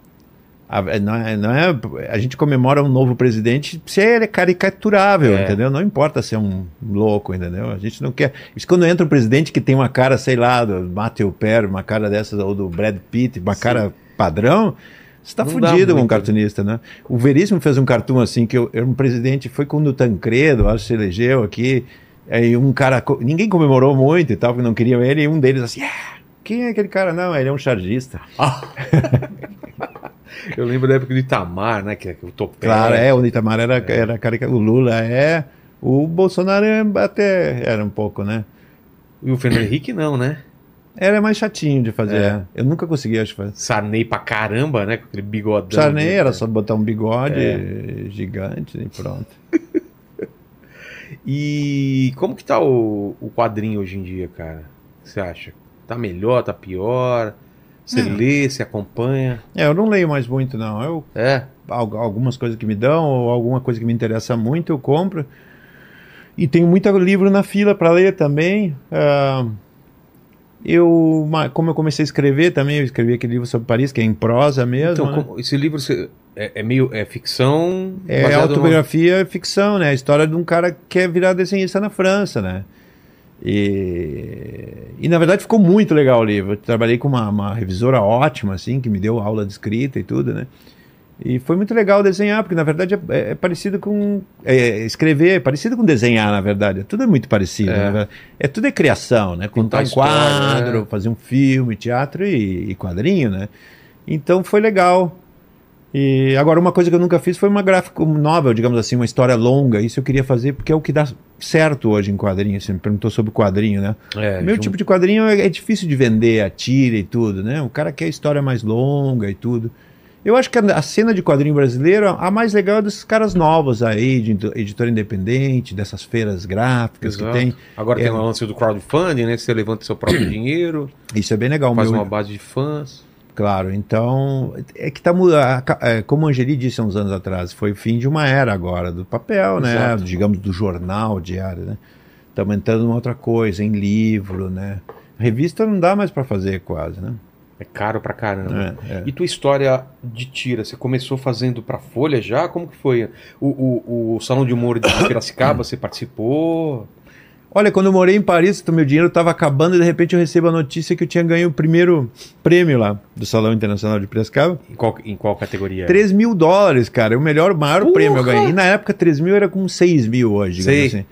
S3: a- não, é, não é- a gente comemora um novo presidente se ele é caricaturável,
S1: É.
S3: entendeu? Não importa ser um louco, entendeu? A gente não quer. Isso quando entra um presidente que tem uma cara, sei lá, do Matthew Perry, uma cara dessas, ou do Brad Pitt, uma
S1: Sim.
S3: cara padrão. Você tá
S1: Não dá
S3: fudido com um
S1: muito.
S3: cartunista, né? O Veríssimo fez um cartoon assim, que eu- era um presidente, foi quando o Tancredo, acho que se elegeu aqui, aí um cara, co- ninguém comemorou muito e tal, porque não queriam ele, e um deles assim, "Ah, quem é aquele cara? Não, ele é um chargista.
S1: Eu lembro da época do Itamar, né? Que, que o Topé.
S3: Claro, é, o Itamar era, era carica, o Lula é, o Bolsonaro é até era um pouco, né?
S1: E o Fernando Henrique não, né?
S3: Era mais chatinho de fazer,
S1: É.
S3: eu nunca consegui, acho, fazer.
S1: Sarney pra caramba, né? Com aquele bigodão.
S3: Sarney
S1: dele. né?
S3: era só botar um bigode É. gigante e pronto.
S1: E como que tá o, o quadrinho hoje em dia, cara? O que você acha? Tá melhor, tá pior? Você
S3: Não.
S1: lê, você acompanha?
S3: É, eu não leio mais muito, não. Eu
S1: É.
S3: al- algumas coisas que me dão ou alguma coisa que me interessa muito, eu compro. E tenho muito livro na fila para ler também. Ah, eu, ma- como eu comecei a escrever também, eu escrevi aquele livro sobre Paris, que é em prosa mesmo.
S1: Então,
S3: né?
S1: como- esse livro você- é, é meio. É ficção.
S3: É
S1: baseado numa-
S3: autobiografia e ficção, né? A história de um cara que quer virar desenhista na França, né? E, e na verdade ficou muito legal o livro. Eu trabalhei com uma, uma revisora ótima, assim, que me deu aula de escrita e tudo, né? E foi muito legal desenhar, porque na verdade é, é- é parecido com. é- é escrever, é parecido com desenhar, na verdade. Tudo é muito parecido.
S1: É.
S3: na verdade. É, tudo é criação, né?
S1: Pintar
S3: Contar um
S1: história,
S3: quadro,
S1: né?
S3: fazer um filme, teatro e- e quadrinho, né? Então foi legal. E agora uma coisa que eu nunca fiz foi uma gráfica um novel, digamos assim, uma história longa. Isso eu queria fazer porque é o que dá certo hoje em quadrinho. assim, Você me perguntou sobre quadrinho, né?
S1: É,
S3: Meu
S1: de um-
S3: tipo de quadrinho é, é difícil de vender, atira e tudo, né? O cara quer história mais longa e tudo. Eu acho que a, a cena de quadrinho brasileiro, a, a mais legal é desses caras novos aí, de ed- editora independente, dessas feiras gráficas
S1: Exato.
S3: que tem.
S1: Agora
S3: É.
S1: tem o lance do crowdfunding, né? que Você levanta seu próprio dinheiro,
S3: Isso é bem legal.
S1: faz
S3: meu-
S1: uma base de fãs.
S3: Claro, então é que tá mu- a- a- é, como a Angeli disse há uns anos atrás, foi o fim de uma era agora do papel, né?
S1: Exato.
S3: Digamos do jornal diário, né? Estamos entrando numa outra coisa, em livro, né? Revista não dá mais para fazer quase, né?
S1: É caro pra caramba.
S3: É, é.
S1: E tua história de tira, você começou fazendo pra Folha já? Como que foi? O, o, o Salão de Humor de Piracicaba, você participou?
S3: Olha, quando eu morei em Paris, o meu dinheiro estava acabando e de repente eu recebo a notícia que eu tinha ganho o primeiro prêmio lá do Salão Internacional de Piracicaba.
S1: Em qual, em qual categoria?
S3: 3 É. mil dólares, cara. É O melhor, o maior
S1: Porra!
S3: prêmio eu ganhei. E na época, 3 mil era com 6 mil hoje, digamos
S1: Sei.
S3: assim.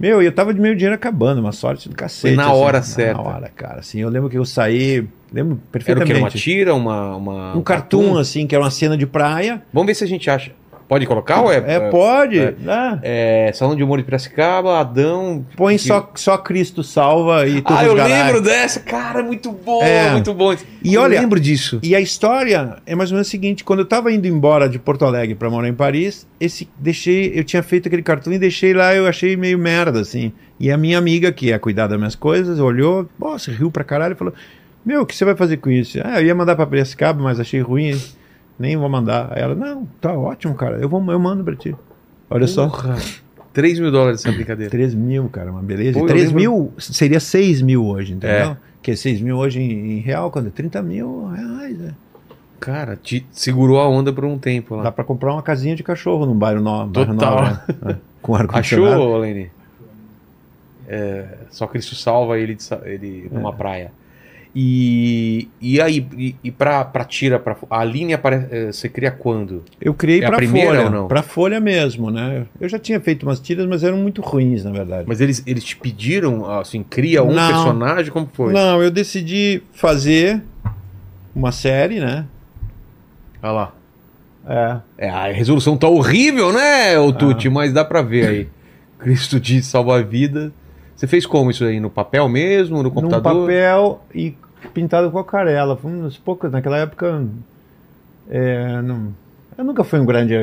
S3: Meu, e eu tava de meio dinheiro acabando, uma sorte do cacete. assim.
S1: Foi na hora certa.
S3: Na hora, cara. Assim, eu lembro que eu saí, lembro
S1: Era Um o que?
S3: perfeitamente.
S1: Uma tira? Uma, uma,
S3: um cartoon, assim, que era uma cena de praia.
S1: Vamos ver se a gente acha. Pode colocar ou é.
S3: É, pode. né?
S1: é, Salão de Humor de Piracicaba, Adão.
S3: Põe
S1: que-
S3: só, só Cristo salva e tu
S1: Ah, eu
S3: resgarai.
S1: lembro dessa. Cara, é muito bom,
S3: É.
S1: muito bom.
S3: E
S1: eu
S3: olha-
S1: lembro disso.
S3: E a história é mais ou menos a seguinte: quando eu estava indo embora de Porto Alegre para morar em Paris, esse deixei, eu tinha feito aquele cartoon e deixei lá, eu achei meio merda assim. E a minha amiga que ia cuidar das minhas coisas olhou, nossa, riu pra caralho e falou: "Meu, o que você vai fazer com isso?" Ah, eu ia mandar para Piracicaba, mas achei ruim, nem vou mandar. Aí ela: "Não, tá ótimo, cara. Eu vou, eu mando para ti." Olha só,
S1: Porra. 3 mil dólares essa brincadeira.
S3: 3 mil, cara, uma beleza.
S1: Pô, eu
S3: 3
S1: lembro-
S3: mil seria 6 mil hoje, entendeu?
S1: É.
S3: Que é 6 mil hoje em, em real, quando é 30 mil reais, né?
S1: Cara, te segurou a onda por um tempo lá.
S3: Dá pra comprar uma casinha de cachorro num bairro no- bairro
S1: Total.
S3: nobre. né? Com ar condicionado.
S1: Achou, Lene? É, só Cristo salva ele, de sa- ele
S3: É.
S1: numa praia. E, e aí, e, e pra, pra tira, pra, a linha apare- eh, você cria quando?
S3: Eu criei
S1: É a
S3: pra
S1: primeira
S3: Folha,
S1: ou não?
S3: pra Folha mesmo, né? Eu já tinha feito umas tiras, mas eram muito ruins, na verdade.
S1: Mas eles, eles te pediram, assim, cria um
S3: Não.
S1: personagem? Como foi?
S3: Não, eu decidi fazer uma série, né?
S1: Olha lá.
S3: É.
S1: É, a resolução tá horrível, né, ô Tuti? Mas dá pra ver aí. Cristo diz salva a vida. Você fez como isso aí? No papel mesmo? No computador?
S3: Num papel e pintado com aquarela. Foi um dos poucos, naquela época. é, não- eu nunca fui um grande.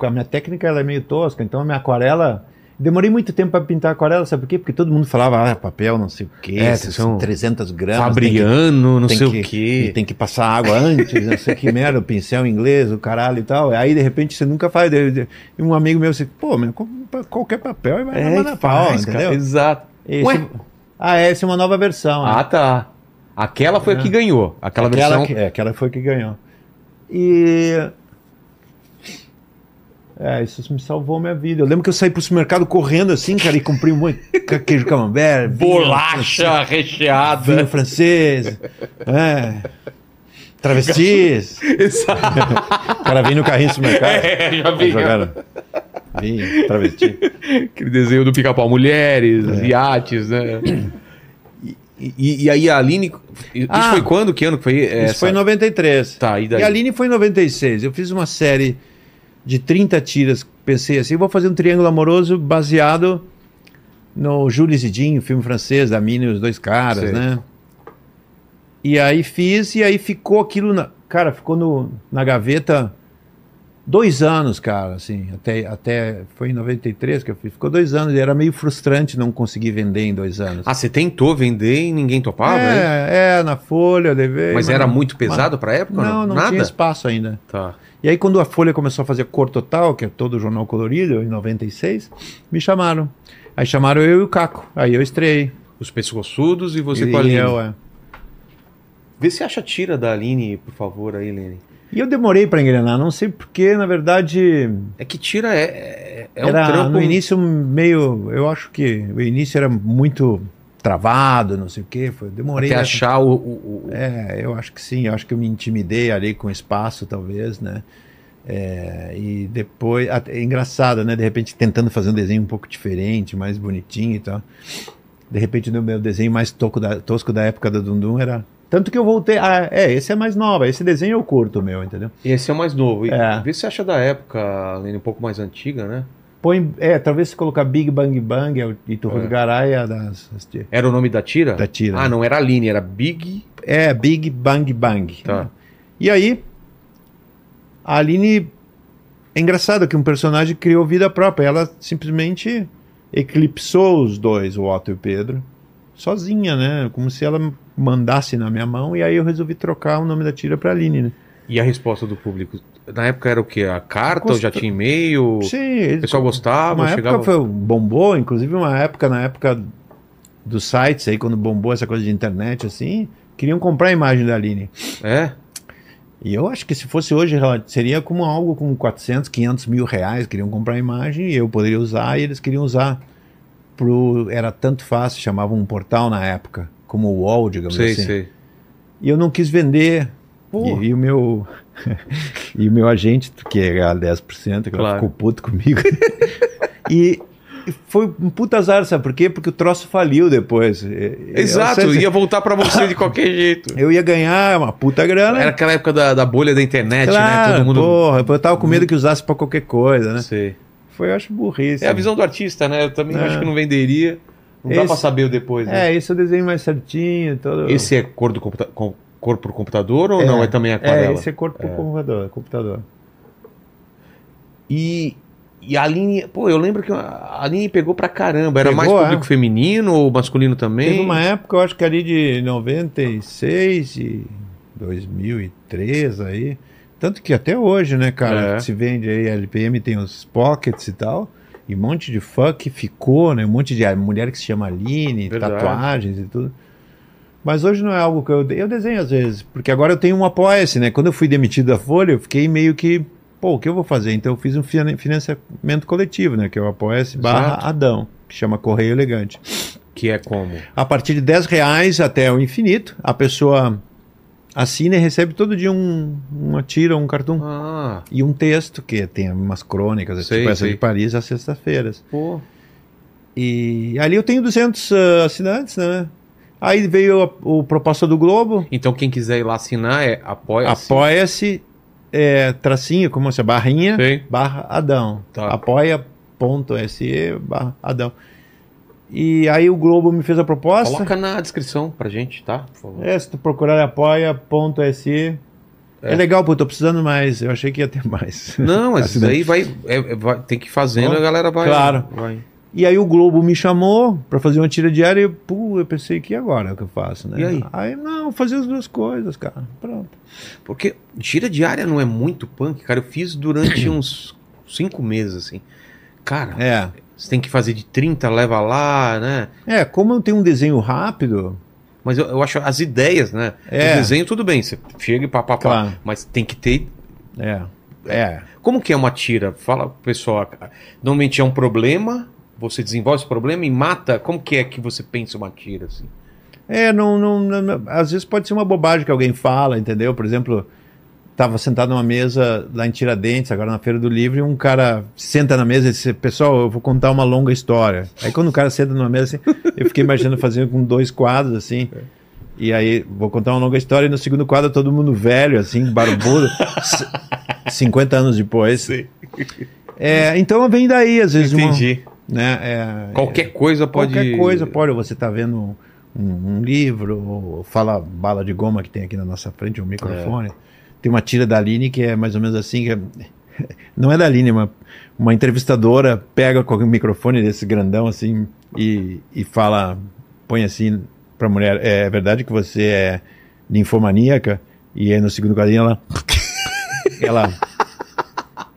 S3: A minha técnica ela é meio tosca, então a minha aquarela. Demorei muito tempo para pintar aquarela, sabe por quê? Porque todo mundo falava, ah, papel, não sei o quê,
S1: É,
S3: esses
S1: são
S3: 300 gramas.
S1: Fabriano, não
S3: tem
S1: sei
S3: que-
S1: o
S3: tem que,
S1: quê.
S3: tem que passar água antes, não sei que merda, o pincel inglês, o caralho e tal. Aí, de repente, você nunca faz. Daí, de- E um amigo meu, assim, pô, meu, com- pra qualquer papel vai
S1: É,
S3: é, na pau,
S1: faz, cara.
S3: entendeu?
S1: Exato.
S3: Esse-
S1: Ué?
S3: Ah, essa é uma nova versão. né?
S1: Ah, tá. Aquela foi a que ganhou. Ah. Aquela,
S3: Aquela
S1: versão.
S3: que- é, aquela foi que ganhou. E. É, isso me salvou minha vida. Eu lembro que eu saí pro supermercado correndo assim, cara, e comprei um monte de ca- queijo camembert, vinho
S1: Bolacha
S3: francês, Vinho
S1: recheada.
S3: francês. É. Travestis.
S1: Exato.
S3: O cara vem no carrinho do supermercado.
S1: É, já vi.
S3: Jogaram. Vinho, travesti.
S1: Aquele desenho do pica-pau. Mulheres, iates, né? E, e- e aí a Aline. Isso
S3: Ah.
S1: foi quando? Que ano que foi? Essa?
S3: Isso foi em 93.
S1: Tá, e daí?
S3: E a Aline foi em 96. Eu fiz uma série de 30 tiras. Pensei assim, vou fazer um triângulo amoroso baseado no Jules e Dinho, filme francês da Mina e os dois caras,
S1: Sei.
S3: né? E aí fiz, e aí ficou aquilo na... Cara, ficou no, na gaveta dois anos, cara, assim, até, até foi em 93 que eu fiz, ficou dois anos, e era meio frustrante não conseguir vender em dois anos.
S1: Ah, você tentou vender e ninguém topava? hein?
S3: é, é, na Folha, eu levei.
S1: Mas era muito pesado pra época?
S3: Não, não
S1: Nada?
S3: tinha espaço ainda.
S1: Tá.
S3: E aí, quando a Folha começou a fazer cor total, que é todo o jornal colorido, em 96, me chamaram. Aí chamaram eu e o Caco. Aí eu estreiei.
S1: Os pescoçudos e você
S3: e,
S1: com a Aline.
S3: eu, é.
S1: Vê se acha a tira da Aline, por favor, aí, Lene.
S3: E eu demorei para engrenar, não sei porque, na verdade,
S1: É que tira é, é, é um
S3: era
S1: trampo.
S3: no início meio. Eu acho que o início era muito travado, não sei o quê. Foi, demorei.
S1: Até
S3: né?
S1: achar o. o- o-
S3: É, eu acho que sim, eu acho que eu me intimidei ali com o espaço, talvez, né? É, e depois, até- é engraçado, né? De repente tentando fazer um desenho um pouco diferente, mais bonitinho e tal. De repente, no meu desenho mais toco da- tosco da época do Dundum era. Tanto que eu voltei. Ah, é, esse é mais nova, esse desenho eu curto o meu, entendeu?
S1: Esse é o mais novo. E
S3: É.
S1: Vê se acha da época, Lene, um pouco mais antiga, né?
S3: Põe. É, talvez se colocar Big Bang Bang é o- e Turro
S1: É.
S3: do Garay é das. as de-
S1: Era o nome da tira?
S3: Da tira.
S1: Ah, não, era Aline, era Big.
S3: É, Big Bang Bang. né?
S1: Tá.
S3: E aí, a Aline. É engraçado que um personagem criou vida própria. Ela simplesmente eclipsou os dois, o Otto e o Pedro, sozinha, né? Como se ela mandasse na minha mão. E aí eu resolvi trocar o nome da tira pra Aline, né?
S1: E a resposta do público? Na época era o quê? A carta?
S3: Gosto-
S1: Ou já tinha e-mail?
S3: Sim,
S1: O
S3: eles-
S1: pessoal gostava?
S3: uma
S1: chegava...
S3: época foi bombou, inclusive uma época, na época dos sites aí, quando bombou essa coisa de internet, assim, queriam comprar a imagem da Aline.
S1: É?
S3: E eu acho que se fosse hoje, ela seria como algo com 400, 500 mil reais. Queriam comprar a imagem e eu poderia usar, e eles queriam usar. Pro, era tanto fácil, chamavam um portal na época, como o UOL, digamos
S1: sei,
S3: assim.
S1: sei.
S3: E eu não quis vender.
S1: Pô.
S3: E, e o meu e o meu agente, que é a 10%, que ela
S1: Claro.
S3: ficou puto comigo. e foi um puta azar, sabe por quê? Porque o troço faliu depois. E- e-
S1: Exato,
S3: eu, sempre-
S1: ia voltar pra você de qualquer jeito.
S3: eu ia ganhar uma puta grana.
S1: Era aquela época da, da bolha da internet,
S3: claro,
S1: né? Todo mundo.
S3: porra, eu tava com medo que usasse pra qualquer coisa, né?
S1: Sei.
S3: Foi, eu acho, burrice.
S1: É a visão do artista, né? Eu também
S3: É.
S1: acho que não venderia. Não dá
S3: Esse-
S1: pra saber o depois, né?
S3: É, esse eu desenho mais certinho, todo...
S1: Esse é cor, do computa... com- cor por computador ou
S3: É.
S1: não? É também
S3: é,
S1: aquarela?
S3: esse é corpo pro computador, computador.
S1: E, e a Aline, pô, eu lembro que a Aline pegou pra caramba. Era
S3: Pegou,
S1: mais público
S3: é.
S1: feminino ou masculino também?
S3: Teve uma época, eu acho que ali de 96 e 2003 aí. Tanto que até hoje, né, cara,
S1: É.
S3: se vende aí, a LPM tem os pockets e tal. E um monte de fã que ficou, né? Um monte de ah, mulher que se chama Aline,
S1: Verdade.
S3: tatuagens e tudo. Mas hoje não é algo que eu, de- eu desenho às vezes, porque agora eu tenho um apoia-se, né? Quando eu fui demitido da Folha, eu fiquei meio que, pô, o que eu vou fazer? Então eu fiz um finan- financiamento coletivo, né? Que é o apoia-se barra
S1: Exato.
S3: Adão, que chama Correio Elegante
S1: Que é como?
S3: a partir de 10 reais até o infinito, a pessoa assina e recebe todo dia um, uma tira, um cartão
S1: Ah,
S3: e um texto, que tem umas crônicas,
S1: Sei,
S3: tipo essa
S1: sei.
S3: de Paris, às sextas-feiras.
S1: pô.
S3: E ali eu tenho 200 ah, assinantes, né? Aí veio a- o Proposta do Globo,
S1: Então quem quiser ir lá assinar é apoia
S3: apoia-se, é, tracinho, como se é, barrinha,
S1: Sei.
S3: barra Adão.
S1: Tá.
S3: apoia.se barra Adão. E aí o Globo me fez a proposta.
S1: Coloca na descrição pra gente, tá? Por favor.
S3: É, se tu procurar apoia.se. É.
S1: É.
S3: legal, pô, tô precisando mais. Eu achei que ia ter mais.
S1: Não, mas isso
S3: Assinante.
S1: daí vai, é- é- vai- Tem que ir fazendo,
S3: Ó,
S1: a galera vai.
S3: claro.
S1: vai.
S3: E aí o Globo me chamou pra fazer uma tira diária e eu, pô, eu pensei, que agora é o que eu faço, né?
S1: E aí?
S3: não, vou fazer as duas coisas, cara. Pronto.
S1: Porque gira diária não é muito punk, cara. Eu fiz durante uns cinco meses, assim. Cara,
S3: É.
S1: você tem que fazer de 30, leva lá, né?
S3: É, como eu tenho um desenho rápido,
S1: Mas eu, eu acho as ideias, né?
S3: É.
S1: O desenho, tudo bem, você chega e pá, pá, pá.
S3: Claro.
S1: Mas tem que ter.
S3: é. É.
S1: Como que é uma tira? Fala, pessoal. ah, Normalmente é um problema, você desenvolve esse problema e mata. Como que é que você pensa uma tira, assim?
S3: É, não, não, não- não- Às vezes pode ser uma bobagem que alguém fala, entendeu? Por exemplo, tava sentado numa mesa lá em Tiradentes, agora na Feira do Livro, e um cara senta na mesa e diz: Pessoal, eu vou contar uma longa história. Aí quando o cara senta numa mesa assim, eu fiquei imaginando fazendo com dois quadros assim. E aí, vou contar uma longa história, e no segundo quadro todo mundo velho, assim, barbudo, c- 50 anos depois.
S1: Sim.
S3: É, então vem daí, às vezes, uma- né, é,
S1: Qualquer coisa pode.
S3: Qualquer coisa, pode. Você tá vendo um, um livro, ou fala bala de goma que tem aqui na nossa frente, um
S1: É.
S3: microfone. Tem uma tira da Aline que é mais ou menos assim. Que é- Não é da Aline, é uma, uma entrevistadora pega com o microfone desse grandão assim e, e fala, põe assim pra mulher: É verdade que você é ninfomaníaca? E aí no segundo quadrinho ela. ela.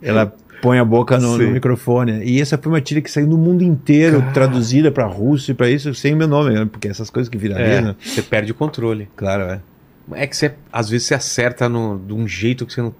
S3: ela põe a boca no, no
S1: Sim.
S3: microfone. E essa foi uma tira que saiu no mundo inteiro, traduzida pra russo e pra isso, sem o meu nome, né? porque essas coisas que viralizam.
S1: É, você perde o controle.
S3: Claro, é.
S1: É que você, às vezes, você acerta no- de um jeito que você não,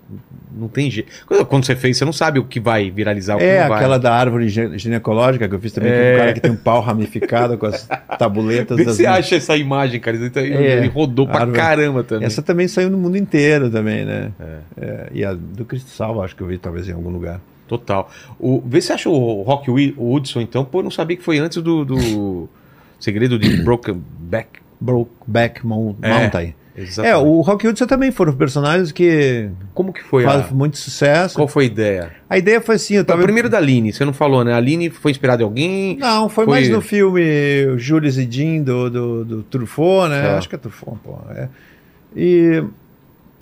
S1: não tem jeito. Quando, quando você fez, você não sabe o que vai viralizar, o que
S3: É
S1: não vai.
S3: aquela da árvore gine- ginecológica que eu fiz também, que é um cara que tem um pau ramificado com as tabuletas
S1: Vê se você
S3: minhas-
S1: acha essa imagem, cara. Ele, tá-
S3: É.
S1: ele rodou pra
S3: Árvore.
S1: caramba também.
S3: Essa também saiu no mundo inteiro também, né? É, e a do Cristo Salvo, acho que eu vi talvez em algum lugar.
S1: Total. O, vê se acha o Rock Wi- o Hudson, então. Pô, eu não sabia que foi antes do, do Segredo de Broken Back.
S3: Brokeback Mon-
S1: É,
S3: Mountain. É,
S1: Exatamente.
S3: o Rock e Hudson também foram personagens que
S1: Como que foi
S3: fazem
S1: a...
S3: muito sucesso.
S1: Qual foi a ideia?
S3: A ideia foi assim, eu
S1: Tá,
S3: tava...
S1: primeiro da Aline, você não falou, né? A Aline foi inspirada em alguém?
S3: Não, foi,
S1: Foi-
S3: mais no filme o Jules e Jean do, do, do Truffaut, né?
S1: Tá.
S3: Acho que é Truffaut, pô. É. E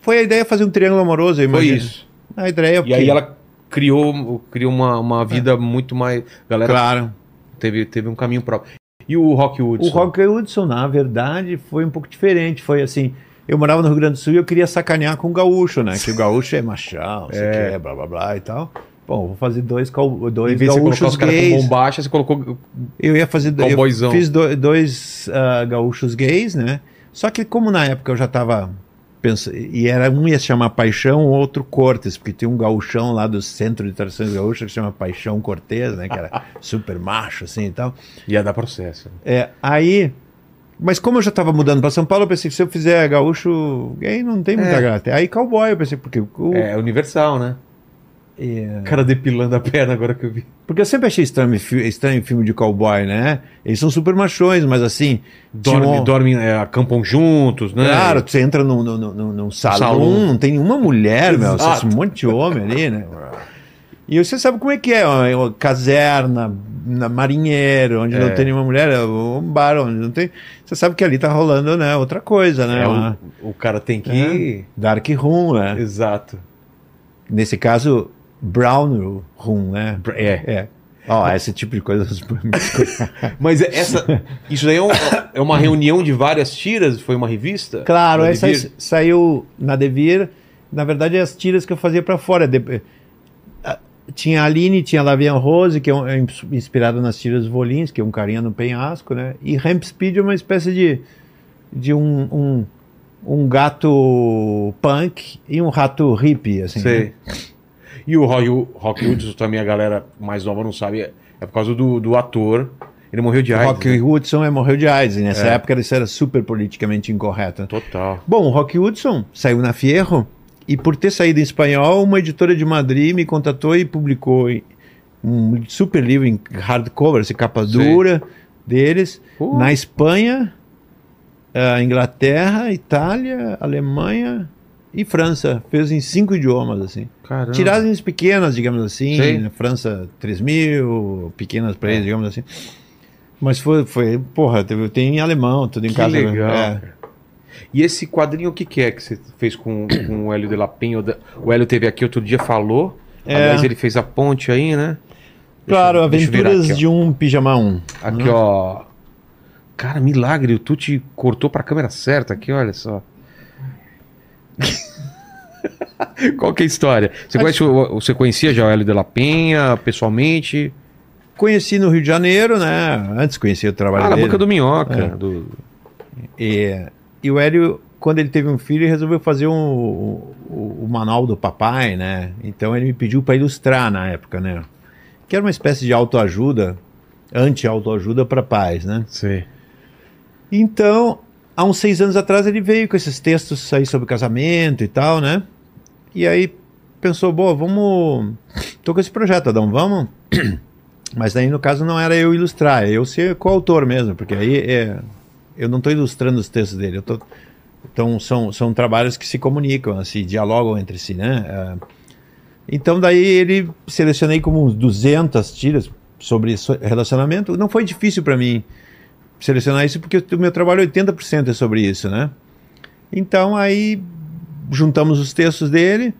S3: foi a ideia fazer um triângulo amoroso, eu
S1: Foi
S3: imagino.
S1: isso.
S3: A ideia é
S1: E aí ela criou, criou uma, uma vida muito mais... Galera,
S3: Claro.
S1: teve, teve um caminho próprio. E o Rock Hudson?
S3: O Rock Hudson, na verdade, foi um pouco diferente. Foi assim, eu morava no Rio Grande do Sul e eu queria sacanear com o gaúcho, né? Que o gaúcho é machão, não sei o que, blá blá blá e tal. Bom, vou fazer dois, cau-
S1: Em
S3: dois
S1: vez de você colocar
S3: gaúchos
S1: os caras com
S3: gays.
S1: bombacha, você colocou...
S3: Eu ia fazer do- eu
S1: Cowboyzão.
S3: Fiz do- dois ah, gaúchos gays, né? Só que como na época eu já tava pensando, e era um ia se chamar Paixão, o outro Cortes, porque tinha um gaúchão lá do centro de tradições gaúchas que se chama Paixão Cortes, né, que era super macho assim e tal.
S1: Ia dar processo.
S3: É, aí mas como eu já tava mudando pra São Paulo, eu pensei que se eu fizer gaúcho gay não tem muita
S1: É.
S3: graça. Aí cowboy, eu pensei porque o
S1: É universal, né? O cara depilando a perna agora que eu vi.
S3: Porque eu sempre achei estranho, fi- estranho filme de cowboy, né? Eles são super machões, mas assim.
S1: Dorme,
S3: tinha um-
S1: dormem, é, acampam juntos, né?
S3: Claro, você entra num, num, num, num salão,
S1: Salão.
S3: não tem uma mulher, meu,
S1: Exato.
S3: você tem um monte de homem ali, né? E você sabe como é que é, ó, é uma caserna, na marinheiro, onde não tem nenhuma mulher, é um bar onde não tem. Você sabe que ali tá rolando, né, outra coisa, né?
S1: É,
S3: uma
S1: o, o cara tem
S3: É.
S1: que.
S3: Dark room, né?
S1: Exato.
S3: Nesse caso, brown room, né?
S1: É.
S3: É. Ó, esse tipo de coisa.
S1: Mas é- essa, isso daí é, um- é uma reunião de várias tiras? Foi uma revista?
S3: Claro, é,
S1: Na
S3: aí sai-
S1: Devir?
S3: saiu na Devir. Na verdade, as tiras que eu fazia pra fora. De- ah, Tinha a Aline, tinha a Lavian Rose, que é, um, é ins- inspirada nas tiras Volins, que é um carinha no penhasco, né? E Ramp Speed é uma espécie de, de um, um, um gato punk e um rato hippie, assim. né?
S1: Sei. E o Roy, o Rock Hudson também, a galera mais nova não sabe, é, é por causa do, do ator. Ele morreu de
S3: O
S1: AIDS.
S3: Rock
S1: né?
S3: Hudson é, morreu de AIDS. e Nessa época isso era super politicamente incorreto.
S1: Total.
S3: Bom, o Rock Hudson saiu na Fierro e por ter saído em espanhol, uma editora de Madrid me contatou e publicou em- um super livro em hardcover, essa capa
S1: Sim.
S3: dura deles,
S1: Uh.
S3: na Espanha, ah, Inglaterra, Itália, Alemanha e França. Fez em cinco idiomas, assim.
S1: Caramba.
S3: Tiragens pequenas, digamos assim,
S1: Ah. Sim. É.
S3: na França 3 mil, pequenas pra eles, digamos assim. Mas foi, foi porra, teve, tem em alemão, tudo em
S1: Que
S3: casa. né?
S1: legal.
S3: É.
S1: cara. E esse quadrinho, o que, que é que você fez com, com o Hélio de La Penha? O da- O Hélio teve aqui outro dia, falou.
S3: É.
S1: Aliás, ele fez a ponte aí, né? Deixa-
S3: Claro,
S1: deixa eu virar
S3: Aventuras
S1: aqui, ó.
S3: de um Pijama 1.
S1: Aqui, ó. Cara, milagre, o Tuti cortou pra câmera certa aqui, olha só. Qual que é a história? Você, conhece o- o- você conhecia já o Hélio de La Penha pessoalmente?
S3: Conheci no Rio de Janeiro, né? Antes conheci o trabalho
S1: Ah, na
S3: dele.
S1: boca do Minhoca.
S3: É.
S1: do-
S3: E, e o Hélio, quando ele teve um filho, ele resolveu fazer um, o, o manual do papai, né? Então ele me pediu para ilustrar na época, né? Que era uma espécie de autoajuda, anti-autoajuda para pais, né?
S1: Sei.
S3: Então, há uns seis anos atrás, ele veio com esses textos aí sobre casamento e tal, né? E aí pensou, bom, vamos. Tô com esse projeto, Adão, vamos? Mas daí, no caso, não era eu ilustrar, é eu ser coautor mesmo, porque aí é, eu não estou ilustrando os textos dele, eu tô- Então, são, são trabalhos que se comunicam, se dialogam entre si, né? É, Então, daí ele selecionei como uns 200 tiras sobre so- relacionamento. Não foi difícil para mim selecionar isso porque o meu trabalho 80% é sobre isso, né? Então aí juntamos os textos dele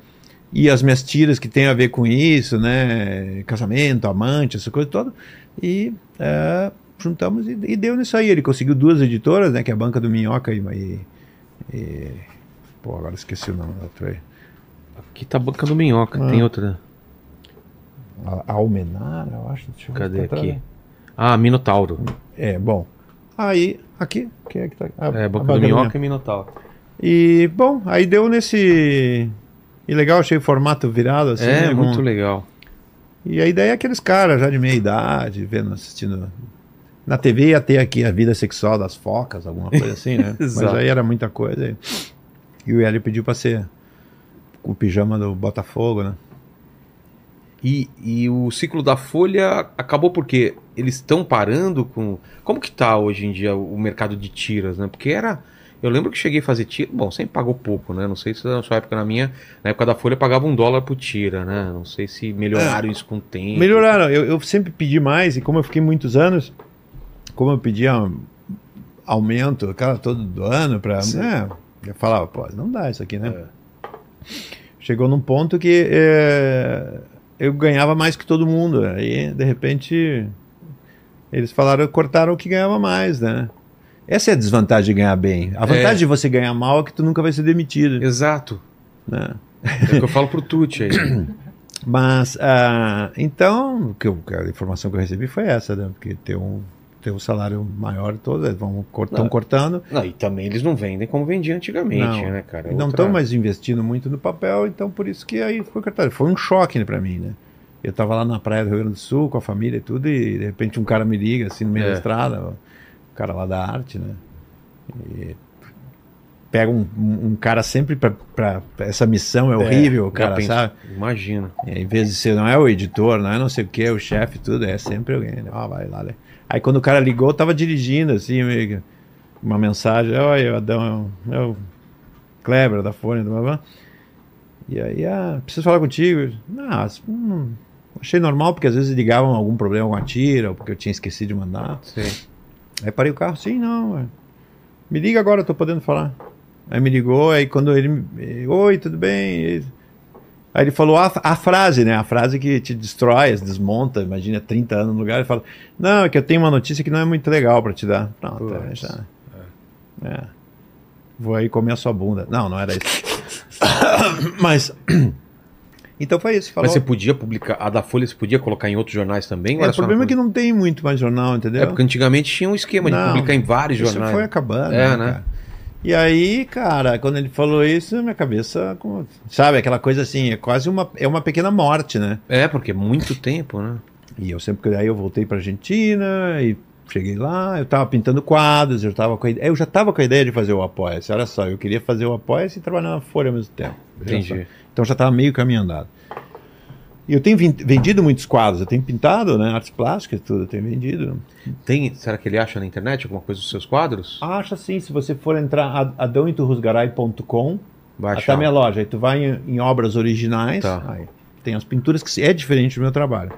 S3: e as minhas tiras que tem a ver com isso, né? Casamento, amante, essa coisa toda. E é, juntamos e, e deu nisso aí. Ele conseguiu duas editoras, né? Que é a Banca do Minhoca e... e, e- pô, agora esqueci o nome da outra aí.
S1: Aqui tá a boca do Minhoca,
S3: Ah.
S1: tem outra. né?
S3: A- Almenar, eu acho. Deixa eu ver
S1: Cadê
S3: se tá atrás.
S1: aqui? Ah, Minotauro.
S3: É, bom. Aí, aqui, quem é que tá? A,
S1: É,
S3: a
S1: boca do Minhoca e Minotauro.
S3: E, bom, aí deu nesse. E legal, achei o formato virado assim.
S1: é,
S3: né,
S1: muito
S3: com-
S1: legal.
S3: E a ideia é aqueles caras já de meia idade, vendo, assistindo. Na TV ia ter aqui a vida sexual das focas, alguma coisa assim, né? Mas
S1: Exato.
S3: aí era muita coisa. E, e o Hélio pediu pra ser o pijama do Botafogo, né?
S1: E, e o ciclo da Folha acabou porque eles estão parando com. Como que tá hoje em dia o mercado de tiras, né? Porque era. Eu lembro que cheguei a fazer tira. Bom, sempre pagou pouco, né? Não sei se na sua época, na minha. Na época da Folha pagava um dólar por tira, né? Não sei se É. melhoraram isso com o tempo.
S3: Melhoraram. Eu, eu sempre pedi mais, e como eu fiquei muitos anos, como eu pedia um aumento cara, todo do ano, pra,
S1: Sim. É.
S3: né, eu falava, pô, não dá isso aqui, né? Chegou num ponto que é, eu ganhava mais que todo mundo. Aí, de repente, eles falaram, cortaram o que ganhava mais, né? Essa é a desvantagem de ganhar bem. A
S1: É.
S3: vantagem de você ganhar mal é que tu nunca vai ser demitido.
S1: Exato.
S3: Né?
S1: É o que eu falo pro Tuti aí.
S3: Mas, ah, então, o que eu- a informação que eu recebi foi essa, né? Porque tem um, tem um salário maior todo, estão
S1: Não.
S3: cortando.
S1: Não, e também eles não vendem como vendiam antigamente,
S3: Não.
S1: né, cara?
S3: e não
S1: Outra-
S3: estão mais investindo muito no papel, então por isso que aí foi cortado. Foi um choque né, para mim, né? Eu tava lá na praia do Rio Grande do Sul com a família e tudo, e de repente um cara me liga assim no meio
S1: É.
S3: da estrada, o cara lá da arte, né? E pega um, um- um cara sempre pra, pra- pra- essa missão é horrível,
S1: já
S3: cara,
S1: penso.
S3: sabe?
S1: Imagina.
S3: E aí, em vez de ser, não é o editor, não é não sei o que, o chefe, tudo, é sempre alguém. né? Ah, vai lá, né? Aí quando o cara ligou, eu tava dirigindo, assim, meio que uma mensagem, olha, o Adão, é o- é o Kleber da Fone, blá, blá. E aí, ah, preciso falar contigo. Ah, hum, achei normal, porque às vezes ligavam algum problema com a tira, ou porque eu tinha esquecido de mandar.
S1: Sei.
S3: Aí parei o carro, sim, não. ué. Me liga agora, eu tô podendo falar. Aí me ligou, aí quando ele. me- Oi, tudo bem? E- Aí ele falou a, a frase, né? A frase que te destrói, as desmonta, imagina 30 anos no lugar. Ele fala: Não, é que eu tenho uma notícia que não é muito legal pra te dar. Pronto, aí
S1: Puts,
S3: já. É. Vou aí comer a sua bunda. Não, não era isso. Mas. Então foi isso. Falou.
S1: Mas você podia publicar, a da Folha você podia colocar em outros jornais também? ou
S3: É,
S1: era
S3: o
S1: só na
S3: problema é que
S1: Folha?
S3: não tem muito mais jornal, entendeu?
S1: É, porque antigamente tinha um esquema de
S3: Não,
S1: publicar em vários
S3: Isso
S1: jornais.
S3: foi acabando.
S1: É,
S3: né?
S1: né?
S3: cara? E aí, cara, quando ele falou isso, minha cabeça, com- sabe, aquela coisa assim, é quase uma, é uma pequena morte, né?
S1: É, porque é muito tempo, né?
S3: E eu sempre, aí eu voltei pra Argentina e cheguei lá, eu tava pintando quadros, eu tava com a ideia, eu já tava com a ideia de fazer o Apoia-se, olha só, eu queria fazer o Apoia-se e trabalhar na Folha ao mesmo tempo. Veja só.
S1: Entendi.
S3: Então já estava meio caminho andado. E eu tenho vin- vendido muitos quadros, eu tenho pintado, né, artes plásticas, tudo, eu tenho vendido.
S1: Tem, será que ele acha na internet alguma coisa dos seus quadros?
S3: Acha sim, assim, se você for entrar a- adãoiturrusgaray.com,
S1: Vai
S3: até a minha loja. Aí tu vai em, em obras originais,
S1: Tá.
S3: aí tem as pinturas que se- é diferente do meu trabalho.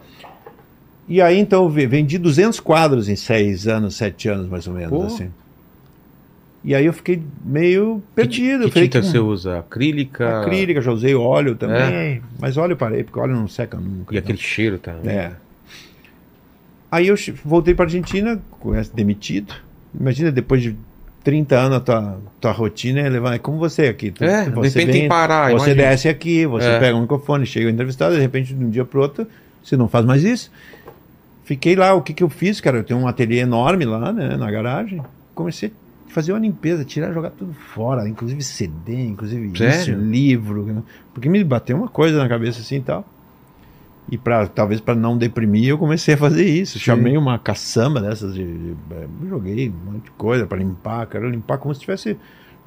S3: E aí então eu ve- vendi 200 quadros em 6 anos, 7 anos mais ou menos,
S1: Pô.
S3: assim. E aí eu fiquei meio perdido.
S1: Que
S3: falei,
S1: tinta
S3: "Hum,
S1: você usa? Acrílica?
S3: Acrílica, já usei óleo também,
S1: É.
S3: mas óleo eu parei, porque óleo não seca nunca.
S1: E
S3: então.
S1: aquele cheiro tá- também.
S3: É. Aí eu che- voltei para Argentina, com essa- demitido. Imagina, depois de 30 anos, a tua, tua rotina é levar. É como você aqui. Tu,
S1: É,
S3: tu-
S1: de
S3: você
S1: repente tem que
S3: vem,
S1: parar.
S3: você
S1: imagina.
S3: desce aqui, você
S1: É.
S3: pega o microfone, chega o entrevistado, de repente, de um dia para outro, você não faz mais isso. Fiquei lá, o que, que eu fiz, cara? Eu tenho um ateliê enorme lá, né, na garagem. Comecei a fazer uma limpeza, tirar, jogar tudo fora, inclusive CD, inclusive
S1: Sério?
S3: isso, livro. né? Porque me bateu uma coisa na cabeça assim e tal. E pra, talvez para não deprimir, eu comecei a fazer isso. Chamei uma caçamba dessas, de, de- eh, joguei um monte de coisa para limpar, quero limpar como se estivesse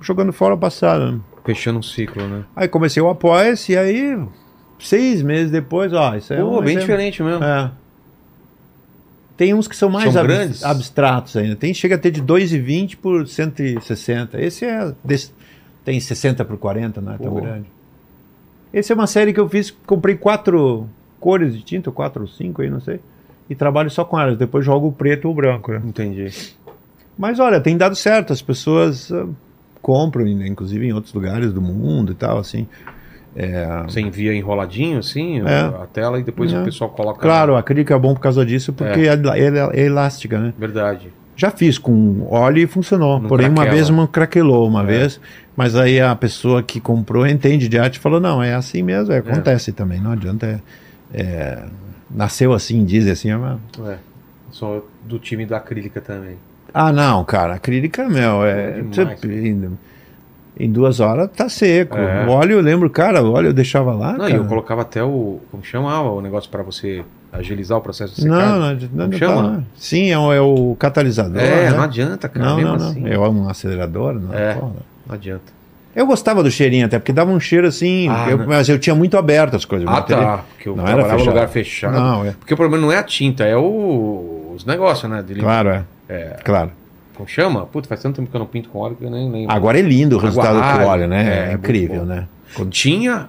S3: jogando fora o passado. né?
S1: Fechando um ciclo, né?
S3: Aí comecei o Apoia-se e aí, seis meses depois, ó, isso é
S1: Pô,
S3: um
S1: bem
S3: exemplo.
S1: diferente mesmo.
S3: É. Tem uns que são mais
S1: São
S3: ab-
S1: grandes?
S3: abstratos ainda. Tem, chega a ter de 2,20 por 160. Esse é. desse- tem 60 por 40, não é tão
S1: Pô.
S3: grande. Essa é uma série que eu fiz, comprei quatro cores de tinta, quatro ou cinco aí, não sei. E trabalho só com elas. Depois jogo o preto ou o branco. né?
S1: Entendi.
S3: Mas olha, tem dado certo, as pessoas ah, compram, in- inclusive em outros lugares do mundo e tal, assim.
S1: Você envia enroladinho, assim,
S3: Ah. É.
S1: a tela, e depois
S3: É.
S1: o pessoal coloca...
S3: Claro, a acrílica é bom por causa disso, porque é, ela- ela é elástica, né?
S1: Verdade.
S3: Já fiz com óleo e funcionou.
S1: Não
S3: Porém, uma
S1: craquela.
S3: vez uma craquelou uma
S1: É.
S3: vez, mas aí a pessoa que comprou entende de arte e falou: não, é assim mesmo, é, acontece também, não adianta. é- é, nasceu assim, dizem assim. é uma-
S1: É. Sou do time da acrílica também.
S3: Ah, não, cara, acrílica, meu,
S1: É
S3: é.
S1: demais.
S3: você- em, em duas horas tá seco.
S1: É.
S3: O óleo, eu lembro, cara, o óleo eu deixava lá.
S1: não,
S3: Ah, cara.
S1: e eu colocava até o... Como chamava o negócio pra você agilizar o processo de
S3: Não,
S1: secagem? Como
S3: não, não, não
S1: chama?
S3: tá lá. Sim, é o, é o catalisador.
S1: É,
S3: né?
S1: não adianta, cara.
S3: não,
S1: mesmo
S3: não, não.
S1: assim.
S3: É um acelerador, não.
S1: É.
S3: porra.
S1: Não adianta.
S3: Eu gostava do cheirinho até, porque dava um cheiro assim,
S1: Ah,
S3: eu-
S1: não.
S3: mas eu tinha muito aberto as coisas.
S1: Ah,
S3: bateria-
S1: tá. Porque eu
S3: Não era
S1: trabalhava em
S3: fechado.
S1: lugar fechado.
S3: Não, é.
S1: Porque o problema não é a tinta, é o- os negócios, né? De
S3: Claro, é. Claro.
S1: Como chama? Puta, faz tanto tempo que eu não pinto com óleo que eu nem lembro.
S3: Agora é lindo o resultado
S1: Aguarde,
S3: do óleo, né?
S1: é,
S3: É,
S1: muito
S3: incrível,
S1: bom.
S3: né?
S1: Tinha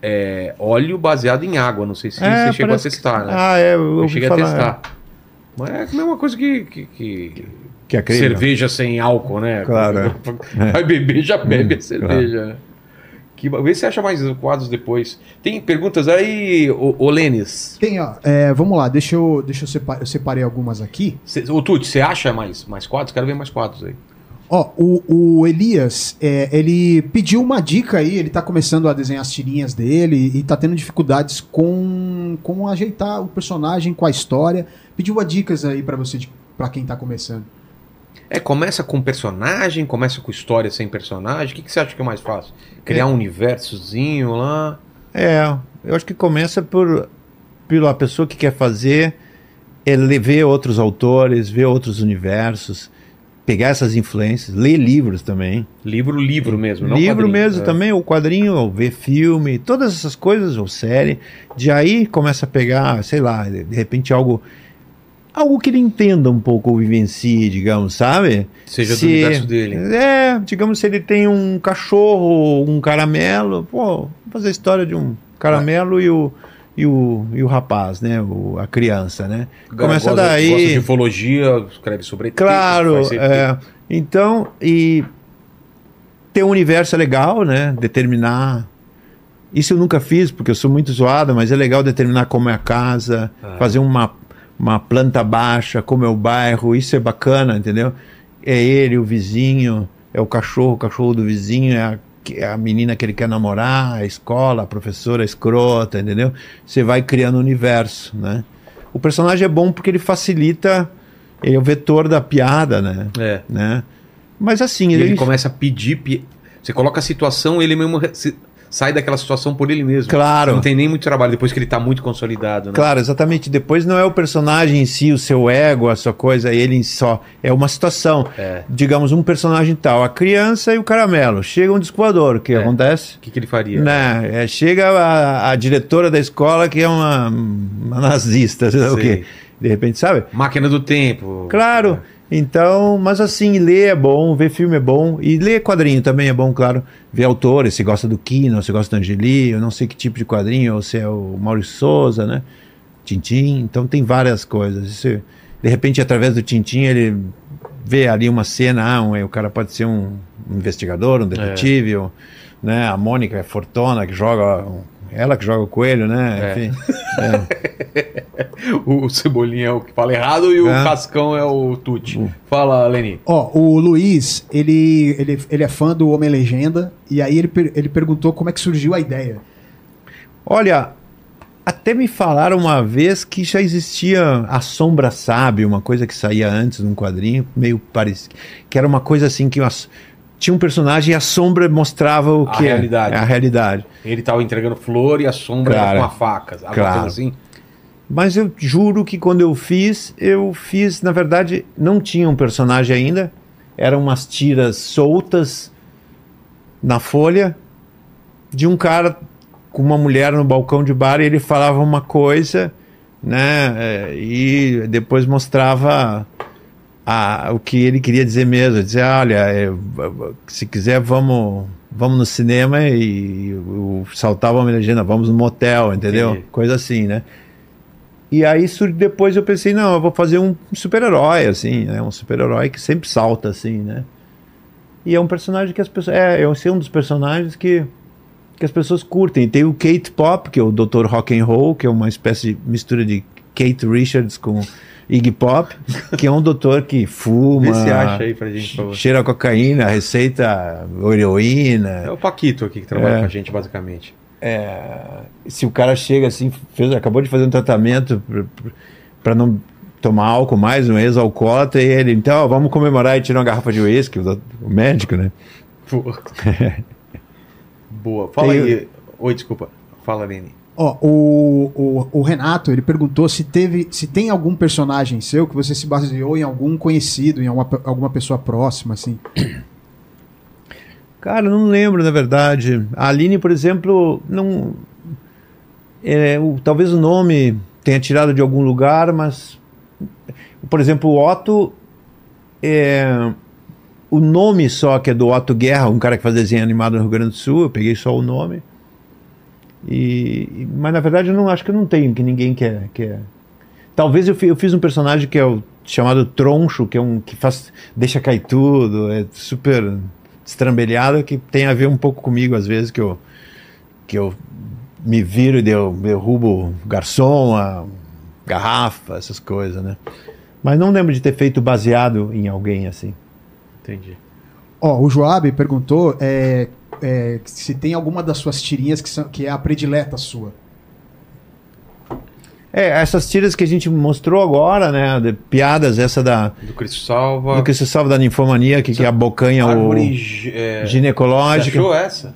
S1: é, óleo baseado em água. Não sei se você chegou a
S3: É, parece que-
S1: testar, né?
S3: Ah, é, eu,
S1: eu
S3: ouvi
S1: cheguei
S3: falar,
S1: a testar. Mas é a mesma coisa que, que, que
S3: é, Que é incrível.
S1: cerveja sem álcool, né?
S3: Claro, é.
S1: Vai beber, já bebe a
S3: Hum,
S1: cerveja, né? Que, ba- vê se você acha mais quadros depois. Tem perguntas aí, ô, ô Lênis?
S2: Tem, ó, é, vamos lá, deixa eu, deixa eu separar, eu separei algumas aqui.
S1: Cê- Ô Tuti, você acha mais, mais quadros? Quero ver mais quadros aí.
S2: Ó, o, o Elias, é, ele pediu uma dica aí, ele tá começando a desenhar as tirinhas dele e tá tendo dificuldades com, com ajeitar o personagem, com a história. Pediu a dicas aí pra você, de- pra quem tá começando.
S1: É, começa com personagem, começa com história sem personagem. O que, que você acha que eu mais faço? Criar um universozinho lá.
S3: É, eu acho que começa por pela pessoa que quer fazer, é le- ver outros autores, ver outros universos, pegar essas influências, ler livros também.
S1: Livro, livro mesmo. Não
S3: livro
S1: quadrinho.
S3: mesmo
S1: É.
S3: também, ou quadrinho, ou ver filme, todas essas coisas, ou série. De aí começa a pegar, sei lá, de de repente algo. Algo que ele entenda um pouco ou vivencie, digamos, sabe?
S1: Seja
S3: Se-
S1: do universo dele.
S3: É, digamos, se ele tem um cachorro ou um caramelo, pô, vamos fazer a história de um caramelo e o. E o, e o rapaz, né? O, a criança, né? Começa
S1: Gosta-
S3: daí.
S1: Gosta de ufologia, escreve sobre ET,
S3: Claro,
S1: faz ET.
S3: é, então, e ter um universo é legal, né? Determinar. Isso eu nunca fiz, porque eu sou muito zoado, mas é legal determinar como é a casa,
S1: Ah.
S3: fazer uma, uma planta baixa, como é o bairro, isso é bacana, entendeu? É ele, o vizinho, é o cachorro, o cachorro do vizinho, é a, que- é a menina que ele quer namorar, a escola, a professora escrota, entendeu? Você vai criando um universo, né? O personagem é bom porque ele facilita, ele é o vetor da piada, né?
S1: É.
S3: né? Mas assim,
S1: E
S3: ele,
S1: ele começa a pedir. pi- Você coloca a situação, ele mesmo re- se- sai daquela situação por ele mesmo.
S3: Claro.
S1: Não tem nem muito trabalho depois que ele tá muito consolidado, né?
S3: Claro, exatamente. Depois não é o personagem em si, o seu ego, a sua coisa, ele em só. É uma situação.
S1: É.
S3: Digamos, um personagem tal, a criança e o caramelo. Chega um descoador, o que
S1: É.
S3: acontece?
S1: O que, que ele faria?
S3: Né? É, chega a, a diretora da escola, que é uma, uma nazista, sei lá o
S1: Sei.
S3: quê. De repente, sabe?
S1: Máquina do tempo.
S3: Claro. Então, mas assim, ler é bom, ver filme é bom, e ler quadrinho também é bom, claro. Ver autores, se gosta do Kino, se gosta do Angeli, eu não sei que tipo de quadrinho, ou se é o Maurício Souza, né? Tintim, então tem várias coisas. Isso- de repente, através do Tintim, ele vê ali uma cena, ah, um- o cara pode ser um investigador, um detetive, ou, né? A Mônica é fortona, que joga... Ela que joga o coelho, né?
S1: É.
S3: Enfim,
S1: O, o Cebolinha é o que fala errado e o
S3: É.
S1: Cascão é o Tuti. Fala, Leni.
S2: Ó, o Luiz, ele, ele, ele é fã do Homem Legenda, e aí ele, per- ele perguntou como é que surgiu a ideia.
S3: Olha, até me falaram uma vez que já existia a Sombra Sabe, uma coisa que saía antes num quadrinho, meio parecido. Que era uma coisa assim que umas- tinha um personagem e a sombra mostrava o
S1: A
S3: que é-
S1: realidade.
S3: a realidade.
S1: Ele tava entregando flor e a sombra era
S3: Claro.
S1: com a faca. Alguma
S3: Claro.
S1: coisa assim.
S3: Mas eu juro que quando eu fiz, eu fiz, na verdade, não tinha um personagem ainda. Eram umas tiras soltas na folha de um cara com uma mulher no balcão de bar e ele falava uma coisa, né? eh, E depois mostrava a- o que ele queria dizer mesmo. Dizia, olha, eh, v- v- se quiser, vamos, vamos no cinema e, o saltava uma legenda, vamos no motel, entendeu?
S1: Entendi.
S3: Coisa assim, né? E aí sur- depois eu pensei, não, eu vou fazer um super-herói, assim, né? Um super-herói que sempre salta, assim, né? E é um personagem que as pessoas. É, eu sei um dos personagens que, que as pessoas curtem. Tem o Kate Pop, que é o Dr. Rock and Roll, que é uma espécie de mistura de Kate Richards com Iggy Pop, que é um doutor que fuma,
S1: Vê se acha aí pra gente, por favor.
S3: cheira cocaína, receita
S1: É
S3: heroína.
S1: o Paquito aqui que trabalha
S3: É.
S1: com a gente, basicamente.
S3: Se o cara chega assim, fez, acabou de fazer um tratamento para não tomar álcool mais, um ex-alcoólatra, e ele, então, vamos comemorar e tirar uma garrafa de uísque, o, dout- o médico, né?
S1: Pô. Boa. Fala
S3: Tem-
S1: aí. Oi, desculpa. Fala, Leni.
S2: Ó, o, o, o Renato, ele perguntou se teve, se tem algum personagem seu que você se baseou em algum conhecido, em alguma, pe- alguma pessoa próxima, assim.
S3: Cara, eu não lembro, na verdade. A Aline, por exemplo, não. é, o- talvez o nome tenha tirado de algum lugar, mas. Por exemplo, o Otto. é, o nome só, que é do Otto Guerra, um cara que faz desenho animado no Rio Grande do Sul, eu peguei só o nome. E, e- mas na verdade eu não acho que eu não tenho, que ninguém quer. quer. Talvez eu, fi- eu fiz um personagem que é o chamado Troncho, que é um que faz. deixa cair tudo, é super destrambelhado que tem a ver um pouco comigo, às vezes, que eu, que eu me viro e deu- derrubo garçom, a garrafa, essas coisas, né? Mas não lembro de ter feito baseado em alguém assim.
S1: Entendi.
S2: Ó, o Joab perguntou é, é, se tem alguma das suas tirinhas que, são, que é a predileta sua.
S3: É, essas tiras que a gente mostrou agora, né? de piadas, essa da.
S1: Do Cristo Salva.
S3: Do que se salva da ninfomania, que, que abocanha o
S1: Árvore gi- é, Você
S3: ginecológico.
S1: achou essa?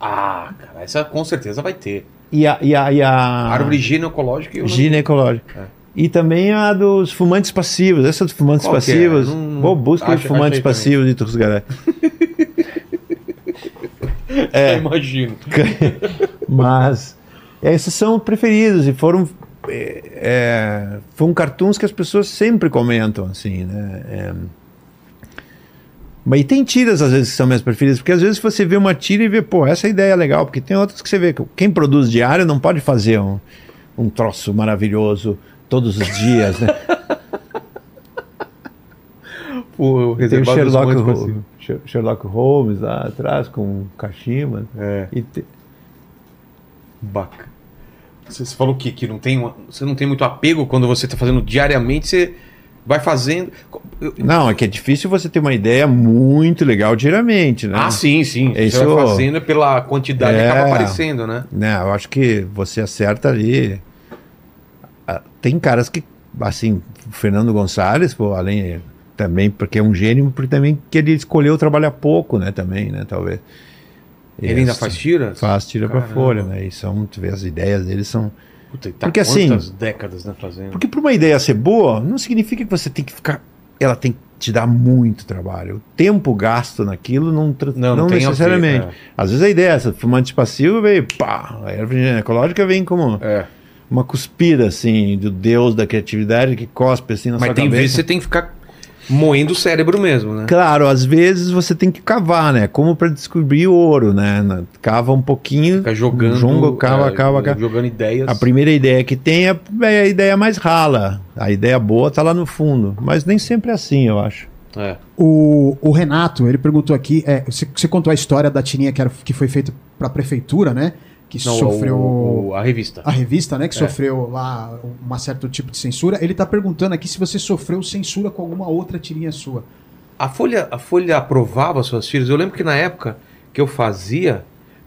S1: Ah, cara, essa com certeza vai ter.
S3: E a. E a, e a Ah.
S1: Árvore ginecológica e o nome-
S3: ginecológica.
S1: É.
S3: E também a dos fumantes passivos. Essa dos fumantes
S1: Qual que é?
S3: passivos.
S1: Não- não-
S3: Bom, busca
S1: acho-
S3: de fumantes
S1: achei também.
S3: passivos de Turcos
S1: É. imagino.
S3: Mas é, esses são preferidos e foram é, é, foram cartoons que as pessoas sempre comentam assim, né? É. Mas e tem tiras às vezes que são minhas preferidas, porque às vezes você vê uma tira e vê, pô, essa ideia é legal, porque tem outras que você vê que quem produz diário não pode fazer um, um troço maravilhoso todos os dias, né?
S1: O
S3: tem o
S1: reservado dos
S3: Sherlock,
S1: fumantes
S3: Ho-
S1: passivos.
S3: Sher- Sherlock Holmes lá atrás com Kashima.
S1: É.
S3: E te-
S1: Baca. Você você falou que, que não tem, uma- você não tem muito apego quando você está fazendo diariamente, você vai fazendo. Eu-
S3: Não, é que é difícil você ter uma ideia muito legal diariamente, né?
S1: Ah, sim, sim.
S3: É
S1: Você
S3: isso.
S1: vai fazendo pela quantidade que
S3: É.
S1: acaba aparecendo, né?
S3: né? Eu acho que você acerta ali. Ah, Tem caras que, assim, o Fernando Gonçalves, pô, além também, porque é um gênio, porque também que ele escolheu trabalhar pouco, né? Também, né? Talvez.
S1: Ele ainda
S3: Esse-
S1: faz tiras?
S3: Faz tira
S1: Caramba.
S3: pra folha, né? E são, tu vê, as ideias dele são.
S1: Puta, e tá
S3: Porque assim-
S1: quantas décadas né, fazendo?
S3: Porque pra uma ideia ser boa, não significa que você tem que ficar. Ela tem que te dar muito trabalho. O tempo gasto naquilo não, tra- não,
S1: a ver,
S3: necessariamente. Às vezes a ideia é essa, fumante passivo veio, pá, a erva ginecológica vem como
S1: É. É.
S3: uma cuspida, assim, do deus da criatividade que cospe, assim, na
S1: Mas
S3: sua
S1: tem
S3: cabeça.
S1: vezes que você tem que ficar moendo o cérebro mesmo, né?
S3: Claro, às vezes você tem que cavar, né? Como para descobrir ouro, né? Na- Cava um pouquinho,
S1: Ficar jogando. é,
S3: Jongo, cava, cava, cava.
S1: Jogando ideias.
S3: a primeira ideia que tem é é a ideia mais rala. A ideia boa tá lá no fundo. Mas nem sempre é assim, eu acho.
S1: É.
S2: O, o Renato, ele perguntou aqui, é, você, você contou a história da tirinha que, era, que foi feita pra prefeitura, né? Que
S1: Não,
S2: sofreu
S1: o- o- a revista.
S2: a revista, né? Que
S1: É.
S2: sofreu lá um certo tipo de censura. Ele tá perguntando aqui se você sofreu censura com alguma outra tirinha sua.
S1: A Folha, a Folha aprovava suas tiras. Eu lembro que na época que eu fazia,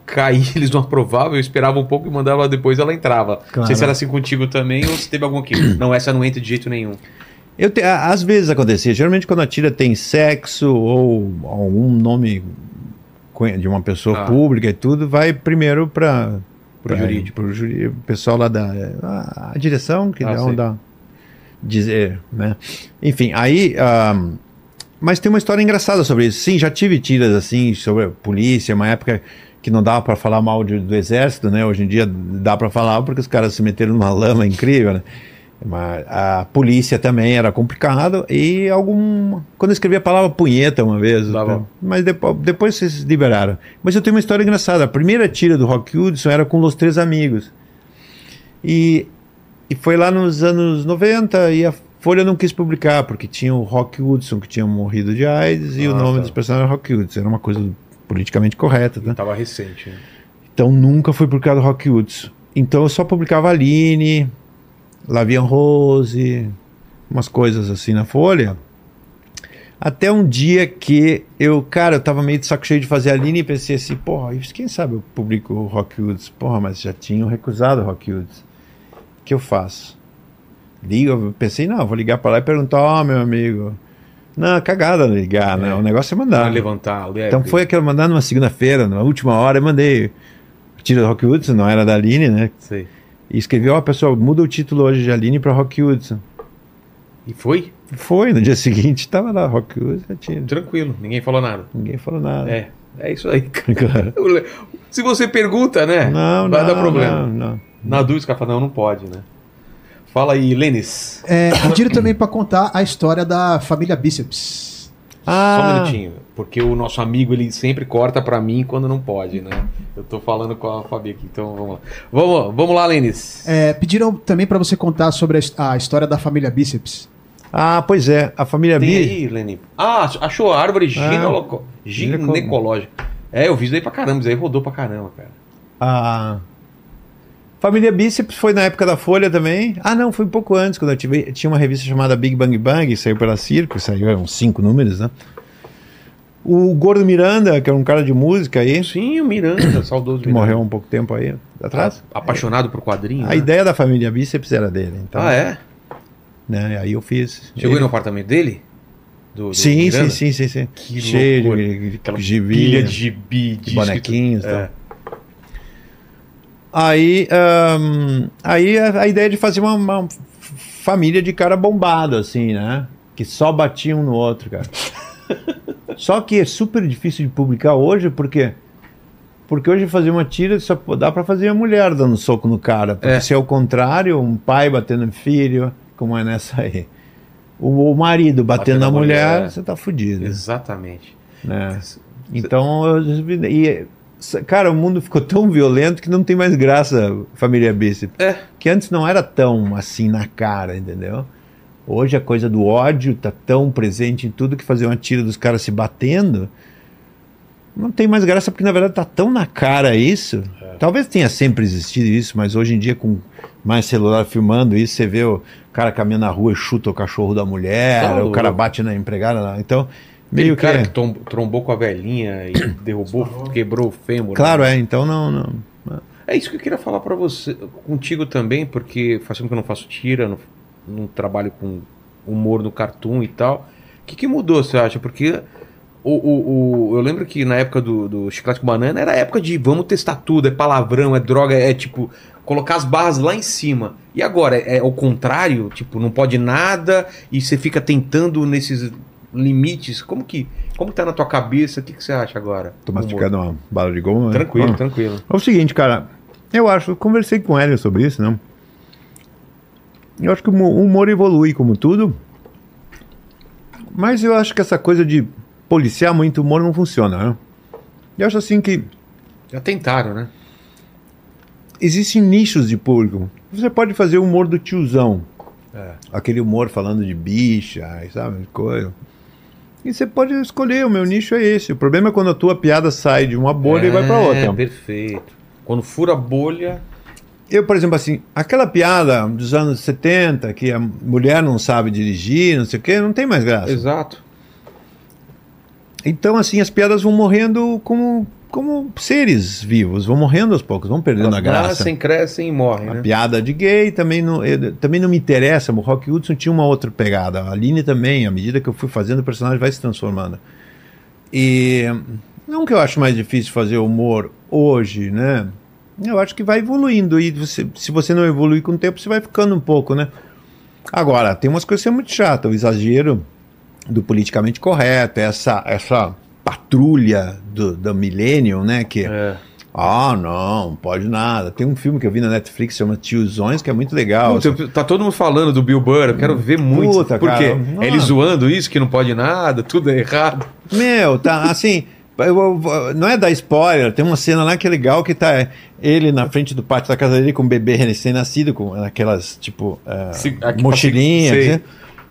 S1: caía, eles não aprovavam, eu esperava um pouco e mandava depois, ela entrava. Não sei
S3: Claro.
S1: se era assim contigo também ou se teve algum aqui. não, essa não entra de jeito nenhum.
S3: Tá. Eu te, a- às vezes acontecia. Geralmente quando a tira tem sexo ou algum nome conhe- de uma pessoa
S1: Ah.
S3: pública e tudo, vai primeiro para
S1: Pro jurídico.
S3: Pro juri- o pessoal lá da a, a direção que
S1: Ah,
S3: dá,
S1: sim.
S3: dá dizer, né? Enfim, aí. ah, mas tem uma história engraçada sobre isso. Sim, já tive tiras assim sobre a polícia, uma época que não dava para falar mal de- do exército, né? Hoje em dia dá para falar porque os caras se meteram numa lama incrível, né? Mas a polícia também era complicado e algum quando eu escrevi a palavra punheta uma vez,
S1: Dava.
S3: mas depois, depois vocês liberaram. Mas eu tenho uma história engraçada. A primeira tira do Rock Hudson era com os três amigos. E, e foi lá nos anos 90 e a Folha não quis publicar, porque tinha o Rock Hudson, que tinha morrido de AIDS, e
S1: Ah,
S3: o nome
S1: tá.
S3: dos personagens era Rock Hudson. Era uma coisa politicamente correta. Né?
S1: Tava recente. né?
S3: Então nunca foi publicado Rock Hudson. Então eu só publicava Aline, Lavian Rose, umas coisas assim na Folha. Até um dia que eu, cara, eu tava meio de saco cheio de fazer Aline e pensei assim, porra, isso quem sabe eu publico o Rock Hudson? Porra, mas já tinham recusado o Rock Hudson. O que eu faço? Ligo, eu pensei, não, eu vou ligar pra lá e perguntar, ó, meu amigo. Não, cagada ligar, né?
S1: É.
S3: O negócio é
S1: Pra
S3: mandar.
S1: levantar a lebre.
S3: Então foi aquela mandar numa segunda-feira, na última hora, eu mandei. Tira do Rock Hudson, não era da Aline, né?
S1: Sei.
S3: E escrevi, ó, pessoal, muda o título hoje de Aline pra Rock Hudson.
S1: E foi?
S3: Foi, no dia seguinte tava lá, Rock Hudson, tinha,
S1: Tranquilo, ninguém falou nada.
S3: ninguém falou nada.
S1: É, é isso aí. cara.
S3: Claro.
S1: Eu le- Se você pergunta, né?
S3: Não,
S1: vai
S3: não,
S1: dar problema.
S3: não, não.
S1: Na dúvida, os caras falam, não, não pode, né? Fala aí, Lênis.
S2: É, pediram também pra contar a história da família Bíceps.
S1: Só um
S3: Ah,
S1: minutinho, porque o nosso amigo ele sempre corta pra mim quando não pode, né? Eu tô falando com a Fabi aqui, então vamos lá. Vamos, vamos lá, Lênis.
S2: É, pediram também pra você contar sobre a his- a história da família Bíceps.
S3: ah, pois é, a família
S1: Tem
S3: B.
S1: aí, Lênis. Ah, achou a árvore gineco-
S3: gineco-
S1: ginecológica. É, eu vi isso daí pra caramba, isso aí rodou pra caramba, cara.
S3: A Família Bíceps foi na época da Folha também. Ah, não, foi um pouco antes, quando eu tive, tinha uma revista chamada Big Bang Bang, saiu pela Circo, saiu eram cinco números, né? O Gordo Miranda, que era um cara de música aí,
S1: Sim, o Miranda, saudoso
S3: que morreu há um pouco tempo aí atrás.
S1: Apaixonado por quadrinho.
S3: A
S1: né?
S3: ideia da família Bíceps era dele, então,
S1: Ah, é?
S3: né? Aí eu fiz.
S1: Chegou aí no apartamento dele? Do, do
S3: Sim,
S1: Miranda?
S3: sim, sim, sim, sim.
S1: Que
S3: Cheio
S1: loucura.
S3: de, de,
S1: Aquela
S3: gibi,
S1: pilha de gibi,
S3: de
S1: de
S3: bonequinhos, tá. e tal.
S1: É.
S3: Aí, ahn, aí a, a ideia de fazer uma, uma f- família de cara bombado, assim, né? Que só batiam um no outro, cara. só que é super difícil de publicar hoje, porque porque hoje fazer uma tira só dá para fazer a mulher dando soco no cara. Porque
S1: É.
S3: se é o contrário, um pai batendo no filho, como é nessa aí. O, o marido batendo, na mulher, você tá fudido.
S1: É, Exatamente.
S3: Né? Então, eu resolvi- e, sa- cara, o mundo ficou tão violento que não tem mais graça família bíceps.
S1: É.
S3: Que antes não era tão assim na cara, entendeu? Hoje a coisa do ódio tá tão presente em tudo que fazer uma tira dos caras se batendo não tem mais graça porque na verdade tá tão na cara isso.
S1: É.
S3: Talvez tenha sempre existido isso, mas hoje em dia com mais celular filmando isso, você vê o cara caminhando na rua e chuta o cachorro da mulher,
S1: Tá
S3: o
S1: louco.
S3: cara bate na empregada, lá. então
S1: Meio
S3: meio que
S1: cara que tom- trombou com a velhinha e derrubou, quebrou o fêmur. né?
S3: Claro, é, então não. não.
S1: É isso que eu queria falar pra você, contigo também, porque faz tempo que eu não faço tira, não, não trabalho com humor no cartoon e tal. O que, que mudou, você acha? Porque o, o, o- eu lembro que na época do, do Chiclete com Banana era a época de vamos testar tudo, é palavrão, é droga, é tipo colocar as barras lá em cima. E agora, é, é o contrário? Tipo, não pode nada e você fica tentando nesses limites? Como que como que tá na tua cabeça? O que, que você acha agora?
S3: Tô
S1: Humor.
S3: mastigando uma bala de goma. né?
S1: Tranquilo,
S3: Ah,
S1: tranquilo.
S3: É o seguinte, cara. Eu acho, eu conversei com o Hélio sobre isso, né? Eu acho que o hu- humor evolui como tudo. Mas eu acho que essa coisa de policiar muito humor não funciona, né? Eu acho assim que
S1: Já tentaram, né?
S3: existem nichos de público. Você pode fazer o humor do tiozão.
S1: É.
S3: Aquele humor falando de bicha, e sabe? Coisa. E você pode escolher, o meu nicho é esse. O problema é quando a tua piada sai de uma bolha e vai
S1: É,
S3: pra outra.
S1: Perfeito. Quando fura a bolha.
S3: Eu, por exemplo, assim, aquela piada dos anos 70, que a mulher não sabe dirigir, não sei o quê, não tem mais graça.
S1: Exato.
S3: Então, assim, as piadas vão morrendo como, como seres vivos, vão morrendo aos poucos, vão perdendo a graça.
S1: Nascem, crescem e morrem,
S3: A
S1: né?
S3: piada de gay também não, eu- também não me interessa. O Rock Hudson tinha uma outra pegada. A Aline também, à medida que eu fui fazendo, o personagem vai se transformando. E não que eu acho mais difícil fazer humor hoje, né? Eu acho que vai evoluindo. E você- se você não evoluir com o tempo, você vai ficando um pouco, né? Agora, tem umas coisas que são muito chatas. O exagero do politicamente correto, essa, essa patrulha do, do millennium, né? Que
S1: É.
S3: ah, não, pode nada. Tem um filme que eu vi na Netflix, chama Tiozões, que é muito legal.
S1: Puta, eu- tá todo mundo falando do Bill Burr, eu quero ver muito.
S3: Puta,
S1: Por
S3: cara,
S1: quê?
S3: não.
S1: É Ele zoando isso, que não pode nada, tudo é errado.
S3: Meu, tá assim. eu vou- não é dar spoiler, tem uma cena lá que é legal que tá ele na frente do pátio da casa dele com um bebê recém-nascido, com aquelas, tipo, eh,
S1: Se- aqui- tá
S3: mochilinhas,
S1: sei.
S3: né?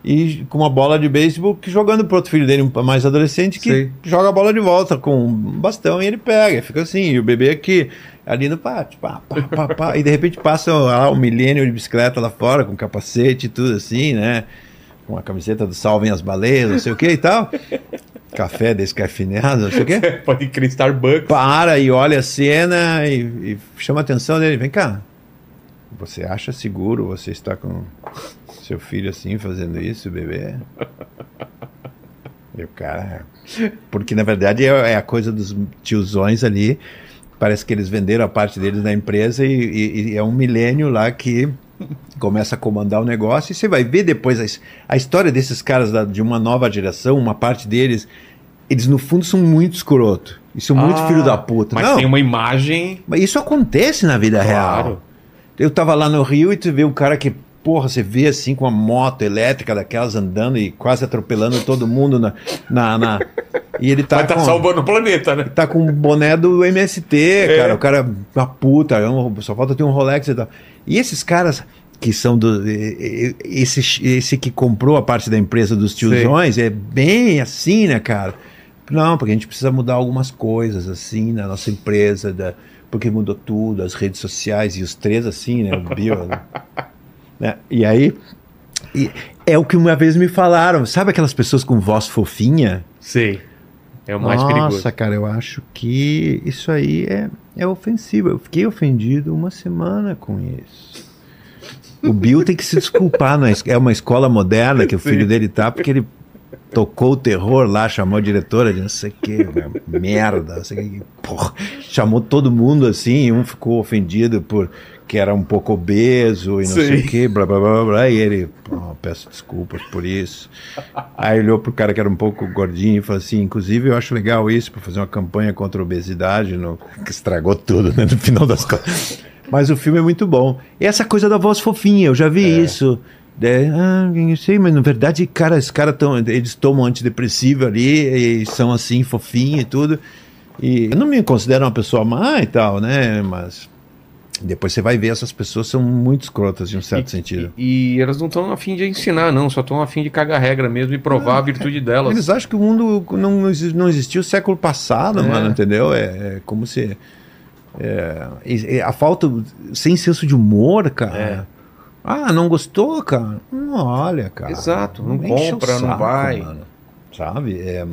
S3: e com uma bola de beisebol que jogando pro outro filho dele, um mais adolescente, que
S1: Sei.
S3: joga a bola de volta com um bastão e ele pega, e fica assim, e o bebê aqui, ali no pátio, pá, pá, pá, pá, e de repente passa lá o milênio de bicicleta lá fora, com capacete e tudo assim, né? Com a camiseta do Salvem as Baleias, não sei o que e tal. Café descafeinado, não sei o que.
S1: pode crer Starbucks.
S3: Para e olha a cena e, e chama a atenção dele. Vem cá. Você acha seguro você estar com seu filho assim fazendo isso, bebê? E o cara. Porque na verdade é, é a coisa dos tiozões ali. Parece que eles venderam a parte deles na empresa e, e- e é um milênio lá que começa a comandar o negócio. E você vai ver depois a, his- a história desses caras da- de uma nova geração, uma parte deles. Eles no fundo são muito escroto. E são muito
S1: Ah,
S3: filho da puta.
S1: Mas
S3: Não,
S1: tem uma imagem.
S3: mas isso acontece na vida real.
S1: Claro.
S3: Eu tava lá no Rio e tu vê um cara que, porra, você vê assim com uma moto elétrica daquelas andando e quase atropelando todo mundo na. na, na- E ele tá.
S1: Vai estar
S3: com...
S1: salvando o planeta, né?
S3: Tá com um boné do MST, cara. O cara, uma puta, é um- só falta ter um Rolex e tal. E esses caras que são do. e- e- Esse, esse que comprou a parte da empresa dos tiozões é bem assim, né, cara? Não, porque a gente precisa mudar algumas coisas, assim, na nossa empresa, da, porque mudou tudo, as redes sociais e os três, assim, né? O Bill. né? E aí. e é o que uma vez me falaram. Sabe aquelas pessoas com voz fofinha?
S1: Sei. É o mais
S3: Nossa,
S1: perigoso.
S3: cara, eu acho que isso aí é, é ofensivo. Eu fiquei ofendido uma semana com isso. O Bill tem que se desculpar. na es- é uma escola moderna que o filho dele tá, porque ele tocou o terror lá, chamou a diretora de não sei o que, merda, não sei o que. Porra, chamou todo mundo assim, e um ficou ofendido por que era um pouco obeso e não sei o
S5: Sim.
S3: que, blá blá blá blá. E ele, "Pô, peço desculpas por isso. Aí olhou pro cara que era um pouco gordinho e falou assim: inclusive eu acho legal isso para fazer uma campanha contra a obesidade, no... que estragou tudo, né? No final das contas. Mas o filme é muito bom. E essa coisa da voz fofinha, eu já vi isso. É, ah, eu sei, mas na verdade, cara, esses caras tão, eles tomam antidepressivo ali e são assim, fofinhos e tudo. E eu não me considero uma pessoa má e tal, né? Mas depois você vai ver, essas pessoas são muito escrotas em um certo
S1: E-
S3: sentido.
S1: E, e elas não estão afim de ensinar, não. Só estão afim de cagar regra mesmo e provar a virtude delas.
S3: Eles acham que o mundo não, exi- não existiu século passado,
S1: É.
S3: mano, entendeu? É, é como se. é, e- e a falta sem senso de humor, cara.
S1: É.
S3: Ah, não gostou, cara? Não olha, cara.
S1: Exato, não
S3: enche o
S1: compra, não vai.
S3: mano. Sabe? É,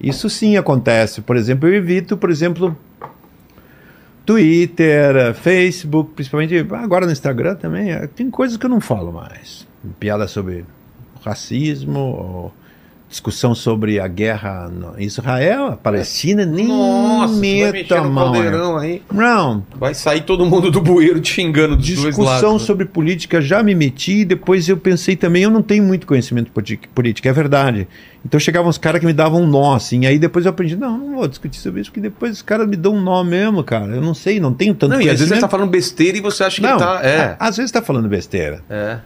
S3: isso sim acontece. Por exemplo, eu evito, por exemplo, Twitter, eh, Facebook, principalmente agora no Instagram também. eh, Tem coisas que eu não falo mais. Piada sobre racismo, ou discussão sobre a guerra em Israel, a Palestina, nem
S1: Nossa, você vai
S3: meta
S1: mexer
S3: a
S1: no
S3: mão. é.
S1: caldeirão aí.
S3: Não,
S1: Vai sair todo mundo do bueiro te xingando dos dois lados.
S3: discussão
S1: né?
S3: sobre política já me meti, depois eu pensei também, eu não tenho muito conhecimento politi- político, é verdade. Então chegavam os caras que me davam um nó, assim, aí depois eu aprendi, não, não vou discutir sobre isso, porque depois os caras me dão um nó mesmo, cara. Eu não sei, não tenho tanto
S1: Não, e às vezes
S3: conhecimento.
S1: ele tá falando besteira e você acha que
S3: não,
S1: ele tá. É,
S3: a- às vezes tá falando besteira.
S1: é.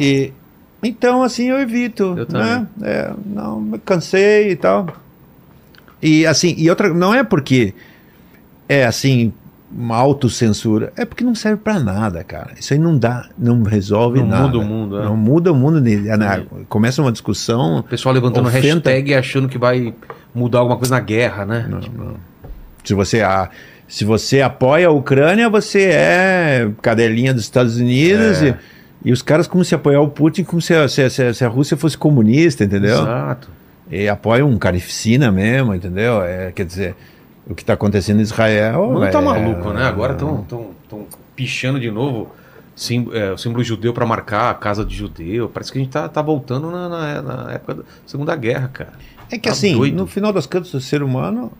S3: E então assim eu evito,
S1: Eu também.
S3: né? É, não, me cansei e tal. E assim, e outra, não é porque é assim uma autocensura, é porque não serve pra nada, cara. Isso aí não dá, não resolve
S1: Não
S3: nada.
S1: muda o mundo, é.
S3: Não muda o mundo, né? Na- começa uma discussão,
S1: O pessoal levantando
S3: Ofenta.
S1: hashtag e achando que vai mudar alguma coisa na guerra, né? Tipo,
S3: se você a se você apoia a Ucrânia, você é cadelinha dos Estados Unidos
S1: É.
S3: e, e os caras como se apoiar o Putin como se, a- se, a- se a- se a Rússia fosse comunista, entendeu?
S1: Exato.
S3: e apoiam um carnificina mesmo, entendeu? É, quer dizer, o que está acontecendo em Israel.
S1: Não
S3: é-
S1: tá maluco, né? Agora estão tão, tão pichando de novo sim- é, o símbolo judeu pra marcar a casa de judeu. Parece que a gente tá, tá voltando na, na- na época da Segunda Guerra, cara.
S3: É que
S1: tá
S3: assim,
S1: doido.
S3: no final das contas, o ser humano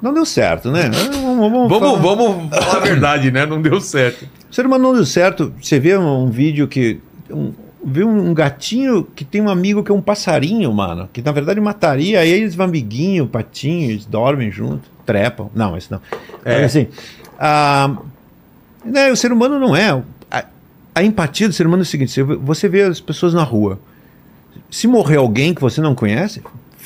S3: não deu certo, né? Vamos,
S1: Vamos,
S3: falar-
S1: vamos falar a verdade, né? Não deu certo.
S3: O ser humano não deu certo. Você vê um, um vídeo que. Um, vê um gatinho que tem um amigo que é um passarinho, mano. Que na verdade mataria. Aí eles vão amiguinho, patinho, eles dormem junto, trepam. Não, isso não.
S1: É.
S3: É assim. ah, né, o ser humano não é. A, a empatia do ser humano é o seguinte: você- você vê as pessoas na rua. Se morrer alguém que você não conhece,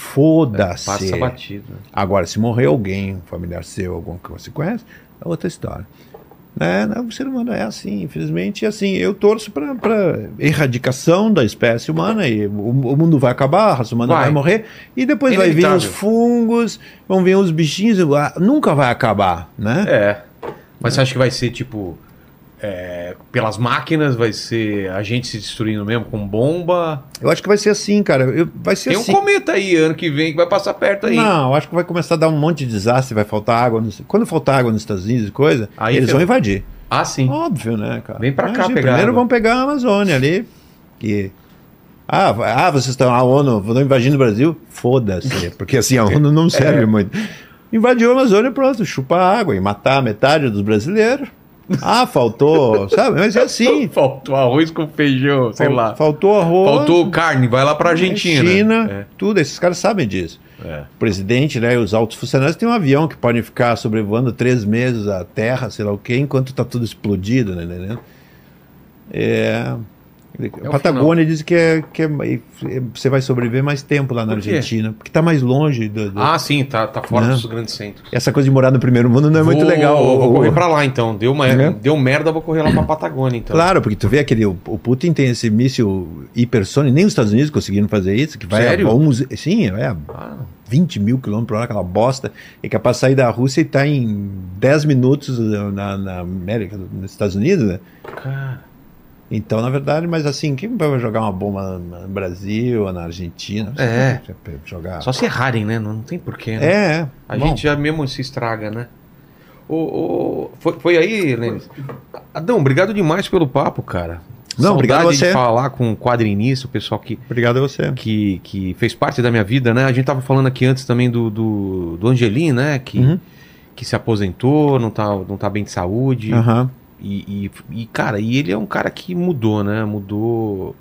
S3: foda-se.
S1: Passa batido.
S3: Agora, se morrer alguém, um familiar seu, algum que você conhece, é outra história. Né? O ser humano é assim, infelizmente, e assim, eu torço para erradicação da espécie humana e o, o mundo vai acabar, a raça humana
S1: Vai.
S3: vai, morrer, e depois vai vir
S1: Inevitável.
S3: os fungos, vão vir os bichinhos, ah, nunca vai acabar, né?
S1: É. Mas você acha que vai ser tipo. é, pelas máquinas, vai ser a gente se destruindo mesmo com bomba.
S3: Eu acho que vai ser assim, cara, eu, vai ser
S1: Tem um
S3: assim.
S1: cometa aí ano que vem que vai passar perto aí.
S3: Não, eu acho que vai começar a dar um monte de desastre, vai faltar água. nos- Quando faltar água nos Estados Unidos e coisa,
S1: Aí
S3: eles
S1: ferrou.
S3: vão invadir.
S1: Ah, sim.
S3: Óbvio, né, cara?
S1: Vem pra cá pegar
S3: Primeiro
S1: água.
S3: vão pegar a Amazônia ali. E... Ah, vai- ah, vocês estão. A ONU, não invadindo o Brasil? Foda-se. Porque assim, a ONU não
S1: É.
S3: serve muito. Invadiu a Amazônia, pronto, chupa água e matar metade dos brasileiros. Ah, faltou. sabe? Mas é assim.
S1: Faltou arroz com feijão, sei
S3: Fal-
S1: lá.
S3: Faltou arroz.
S1: Faltou carne, vai lá pra Argentina.
S3: China, tudo. Esses caras sabem disso.
S1: É.
S3: O presidente, né, e os altos funcionários têm um avião que podem ficar sobrevoando três meses a terra, sei lá o quê, enquanto está tudo explodido, né? né, né? É.
S1: É
S3: A
S1: o
S3: Patagônia diz que, é, que é- é- você vai sobreviver mais tempo lá na
S1: Por quê?
S3: Argentina, porque está mais longe. Do, do-
S1: Ah, sim, tá, tá fora
S3: Né?
S1: dos grandes centros.
S3: Essa coisa de morar no primeiro mundo não é muito
S1: Vou-
S3: legal.
S1: Vou,
S3: O- o-
S1: correr pra lá então. Deu, uma,
S3: Né?
S1: deu merda, vou correr lá pra Patagônia então.
S3: Claro, porque tu vê aquele. O, o Putin tem esse míssil hipersônico, nem os Estados Unidos conseguiram fazer isso, que vai
S1: Sério?
S3: a 11. Sim, é a
S1: Ah,
S3: 20 mil quilômetros por hora, aquela bosta, é capaz de sair da Rússia e tá em 10 minutos eh, na, na América, nos Estados Unidos, né?
S1: cara.
S3: Então, na verdade, mas assim, quem vai jogar uma bomba no Brasil, na Argentina?
S1: É.
S3: Pra Jogar.
S1: Só se errarem, né? Não, não tem porquê. Né?
S3: É, é.
S1: A
S3: Bom,
S1: gente já mesmo se estraga, né? Ô, ô, foi, foi aí, Lênis? Adão, obrigado demais pelo papo, cara.
S3: Não, obrigado a
S1: Saudade de
S3: você.
S1: falar com o quadrinista, o pessoal que
S3: Obrigado a você.
S1: que, que fez parte da minha vida, né? A gente tava falando aqui antes também do, do, do Angelim, né? Que,
S3: Uhum.
S1: que se aposentou, não tá, não tá bem de saúde.
S3: Aham.
S1: E, e- e, cara, e ele é um cara que mudou, né? Mudou,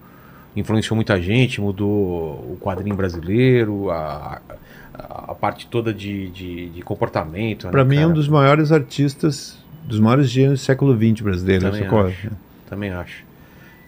S1: influenciou muita gente, mudou o quadrinho brasileiro, a, a- a parte toda de, de, de comportamento. né,
S3: Pra mim, é
S1: cara?
S3: um dos maiores artistas, dos maiores gênios do século XX brasileiro.
S1: Também
S3: eu sou
S1: acho. Também acho.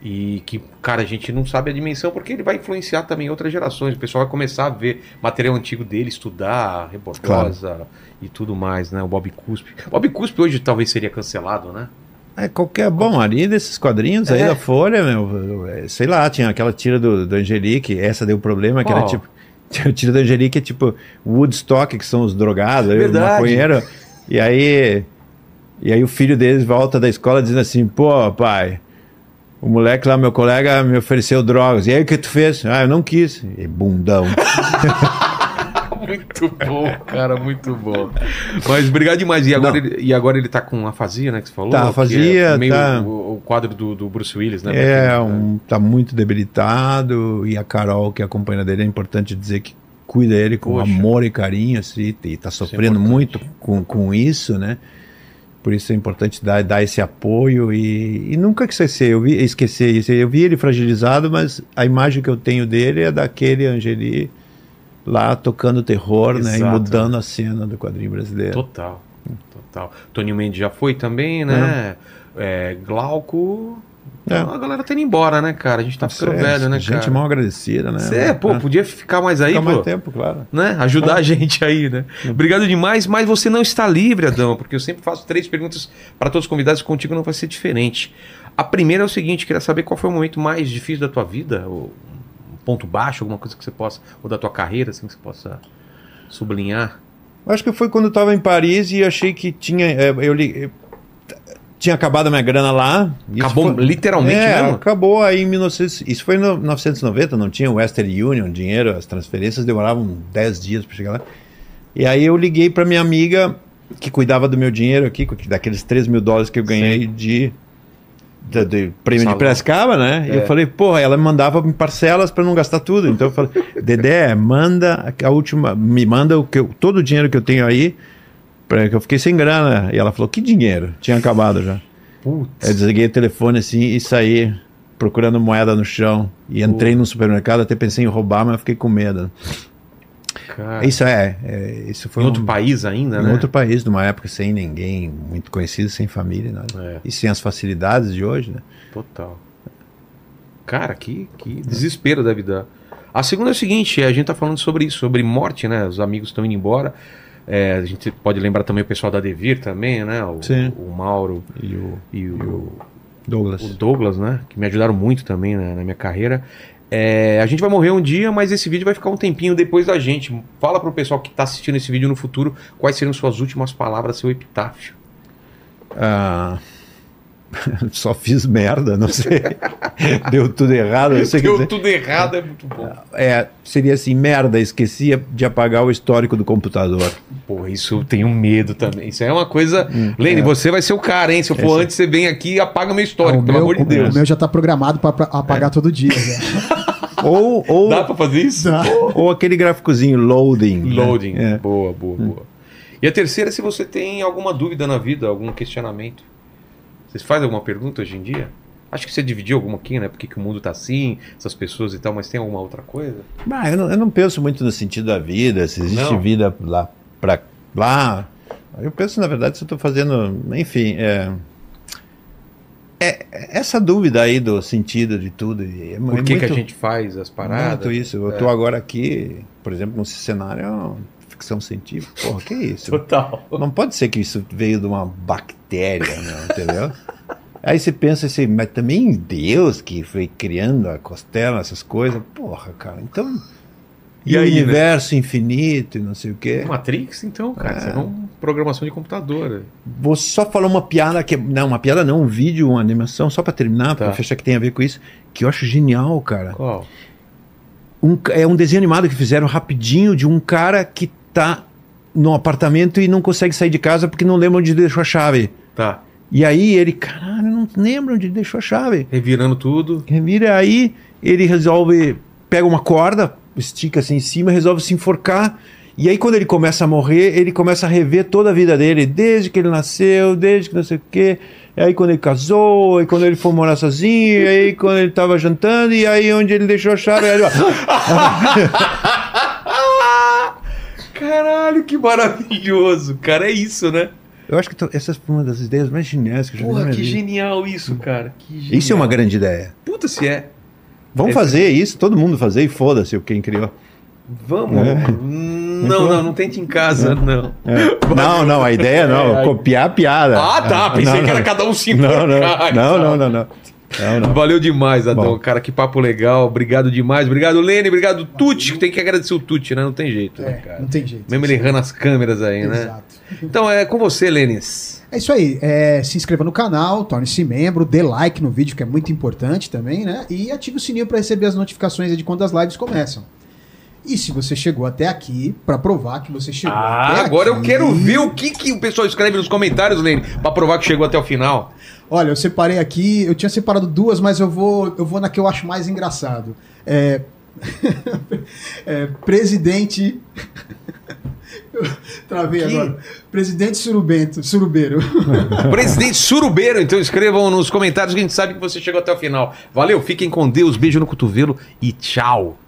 S1: E que, cara, a gente não sabe a dimensão porque ele vai influenciar também outras gerações. O pessoal vai começar a ver material antigo dele, estudar, reportosa e tudo mais, né? O Bob Cuspe. Bob Cuspe hoje talvez seria cancelado, né?
S3: É, qualquer bom ali desses quadrinhos aí
S1: É.
S3: da Folha, meu, é, sei lá, tinha aquela tira do, do Angelique, essa deu problema, que era
S1: Qual?
S3: tipo. tinha A tira do Angelique é tipo Woodstock, que são os drogados, aí, o
S1: Verdade.
S3: maconheiro. E aí. E aí o filho deles volta da escola dizendo assim, pô, pai. O moleque lá, meu colega, me ofereceu drogas. E aí o que tu fez? Ah, eu não quis. E bundão.
S1: Muito bom, cara, muito bom. Mas obrigado demais. E agora,
S3: Não.
S1: ele, e agora ele tá com afasia, né? Que você falou?
S3: Tá, afasia,
S1: Que meio
S3: tá.
S1: O, o quadro do, do Bruce Willis, né?
S3: É, um, tá muito debilitado e a Carol, que é a companheira dele, é importante dizer que cuida ele com
S1: Poxa. é
S3: amor e carinho, assim, e tá sofrendo
S1: importante.
S3: muito com, com isso, né? Por isso é importante dar, dar esse apoio e, e nunca esquecer, eu vi, esquecer isso. Eu vi ele fragilizado, mas a imagem que eu tenho dele é daquele Angeli lá tocando terror, né? E
S1: Exato.
S3: mudando a cena do quadrinho brasileiro.
S1: Total, total. Toninho Mendes já foi também, né? É, Glauco.
S3: É.
S1: A galera tá indo embora, né, cara? A gente tá ficando
S3: É,
S1: velho, né,
S3: Gente
S1: cara?
S3: mal agradecida, né?
S1: Cê, pô,
S3: É.
S1: podia ficar mais aí,
S3: Fica mais
S1: pô.
S3: tempo, claro.
S1: Né?
S3: É.
S1: Ajudar a gente aí, né? Obrigado demais, mas você não está livre, Adão, porque eu sempre faço três perguntas para todos os convidados e contigo não vai ser diferente. A primeira é o seguinte: queria saber qual foi o momento mais difícil da tua vida, ou um ponto baixo, alguma coisa que você possa, ou da tua carreira, assim, que você possa sublinhar.
S3: Eu Acho que foi quando eu tava em Paris e achei que tinha. é, Eu li, eu- t- tinha acabado a minha grana lá. Isso
S1: Acabou um
S3: foi-
S1: literalmente
S3: é,
S1: mesmo?
S3: acabou aí em 1900, Isso foi em 1990, não tinha Western Union, dinheiro, as transferências demoravam 10 dias para chegar lá. E aí eu liguei para minha amiga que cuidava do meu dinheiro aqui, com- daqueles 3 mil dólares que eu ganhei de, de, de prêmio
S1: Salão.
S3: de Piracicaba, né?
S1: É.
S3: E eu falei, porra, ela me mandava em parcelas para não gastar tudo. Então eu falei, Dedé, manda a última, me manda o que eu- todo o dinheiro que eu tenho aí, pra, que eu fiquei sem grana. E ela falou, que dinheiro? Tinha acabado já.
S1: Putz.
S3: Eu desliguei o telefone assim e saí procurando moeda no chão. E entrei num supermercado, até pensei em roubar, mas fiquei com medo.
S1: Cara.
S3: Isso é, é, isso foi
S1: Ah. em outro
S3: um-
S1: país ainda,
S3: em
S1: né?
S3: outro país, numa época sem ninguém muito conhecido, sem família, e nada.
S1: É,
S3: E sem as facilidades de hoje, né?
S1: total. Cara, que, que desespero deve dar. A segunda é o seguinte, a gente tá falando sobre isso, sobre morte, né? Os amigos estão indo embora. É, a gente pode lembrar também o pessoal da Devir também, né? O,
S3: Sim.
S1: o Mauro
S3: E o
S1: e o,
S3: Douglas.
S1: o Douglas, né? Que me ajudaram muito também né, na minha carreira. É, a gente vai morrer um dia, mas esse vídeo vai ficar um tempinho depois da gente. Fala pro pessoal que tá assistindo esse vídeo no futuro quais seriam suas últimas palavras, seu epitáfio.
S3: Ah, só fiz merda, não sei. Deu tudo errado, não sei o que dizer.
S1: tudo errado, é muito bom.
S3: É, seria assim, merda, esqueci de apagar o histórico do computador.
S1: Porra, isso eu tenho medo também. Isso aí é uma coisa. Lene,
S3: é.
S1: você vai ser o cara, hein? Se eu for
S3: Esse- é.
S1: antes, você vem aqui e apaga meu
S2: Ah,
S1: histórico,
S2: o
S1: pelo
S2: meu,
S1: amor de
S2: o-
S1: Deus.
S2: O meu já tá programado pra, pra
S1: É.
S2: apagar todo dia. já.
S3: Ou, ou,
S1: Dá pra fazer isso?
S2: Dá.
S3: ou aquele gráficozinho loading. né?
S1: Loading.
S3: É.
S1: Boa, boa, boa. E a terceira é se você tem alguma dúvida na vida, algum questionamento. Vocês fazem alguma pergunta hoje em dia? Acho que você dividiu alguma aqui, né? Por que que o mundo tá assim, essas pessoas e tal, mas tem alguma outra coisa?
S3: Bah, Ah, eu, não, eu não penso muito no sentido da vida, se existe
S1: Não.
S3: vida lá pra lá. Eu penso, na verdade, se eu tô fazendo. Enfim. É, é- essa dúvida aí do sentido de tudo. e É, mu-
S1: Por
S3: é
S1: que, que a
S3: muito-
S1: gente é faz as paradas?
S3: Muito isso. Eu tô agora aqui, por exemplo, nesse cenário é uma ficção científica. Porra, que isso?
S1: Total.
S3: Não pode ser que isso veio de uma bactéria, né, entendeu? Aí você pensa assim, mas também Deus que foi criando a costela, essas coisas. Porra, cara, então.
S1: E
S3: E, o
S1: aí, né?
S3: universo infinito e não sei o quê.
S1: Matrix, então, cara, isso é uma programação de computador.
S3: Você só falou uma piada que. Não, uma piada não, um vídeo, uma animação, só pra terminar, pra
S1: Tá.
S3: fechar que tem a ver com isso, que eu acho genial, cara.
S1: Qual?
S3: um ca- é um desenho animado que fizeram rapidinho de um cara que tá no apartamento e não consegue sair de casa porque não lembra onde deixou a chave.
S1: Tá.
S3: E aí ele, caralho, não lembra onde deixou a chave.
S1: Revirando tudo.
S3: Revira aí, ele resolve, pega uma corda, estica assim em cima, resolve se enforcar. E aí, quando ele começa a morrer, ele começa a rever toda a vida dele, desde que ele nasceu, desde que não sei o quê. E aí, quando ele casou, e quando ele foi morar sozinho, e aí, quando ele tava jantando, e aí, onde ele deixou a chave. Aí, ele, "Ah!" ó,
S1: Caralho, que maravilhoso, cara. É isso, né?
S3: eu acho que to- essa foi uma das ideias mais geniais que eu já vi na
S1: Porra,
S3: minha
S1: que
S3: vida.
S1: genial isso, cara. Que genial.
S3: Isso é uma grande ideia.
S1: Puta se é.
S3: Vamos
S1: É,
S3: fazer isso, todo mundo fazer e foda-se o quem criou.
S1: Vamos.
S3: É.
S1: Hum, Não, não, não tente em casa, não.
S3: É. Não, não, a ideia não, copiar a piada.
S1: É, Ah, tá. Pensei
S3: Não,
S1: que era
S3: não.
S1: cada um se
S3: Não, não,
S1: enforcar e
S3: não,
S1: tal.
S3: não, não, não. Não, não.
S1: Valeu demais, Adão.
S3: Bom.
S1: Cara, que papo legal. Obrigado demais. Obrigado, Lene. Obrigado, Tuti. que Tem que agradecer o Tuti, né? Não tem jeito, né,
S2: É,
S1: cara?
S2: não tem jeito.
S1: Mesmo ele errando as câmeras aí, né?
S2: Exato.
S1: Então é com você, Lênis.
S2: É isso aí. é, se inscreva no canal, torne-se membro, dê like no vídeo, que é muito importante também, né? E ative o sininho para receber as notificações aí de quando as lives começam. E se você chegou até aqui, para provar que você chegou até
S1: Ah, agora eu
S2: aqui-
S1: quero ver o que, que o pessoal escreve nos comentários, Lene, pra provar que chegou até o final.
S2: Olha, eu separei aqui, eu tinha separado duas, mas eu vou, eu vou na que eu acho mais engraçado. É, é, presidente. Eu Travei
S1: Que?
S2: agora. Presidente Surubento, Surubeiro.
S1: Presidente Surubeiro, então escrevam nos comentários que a gente sabe que você chegou até o final. Valeu, fiquem com Deus, beijo no cotovelo e tchau.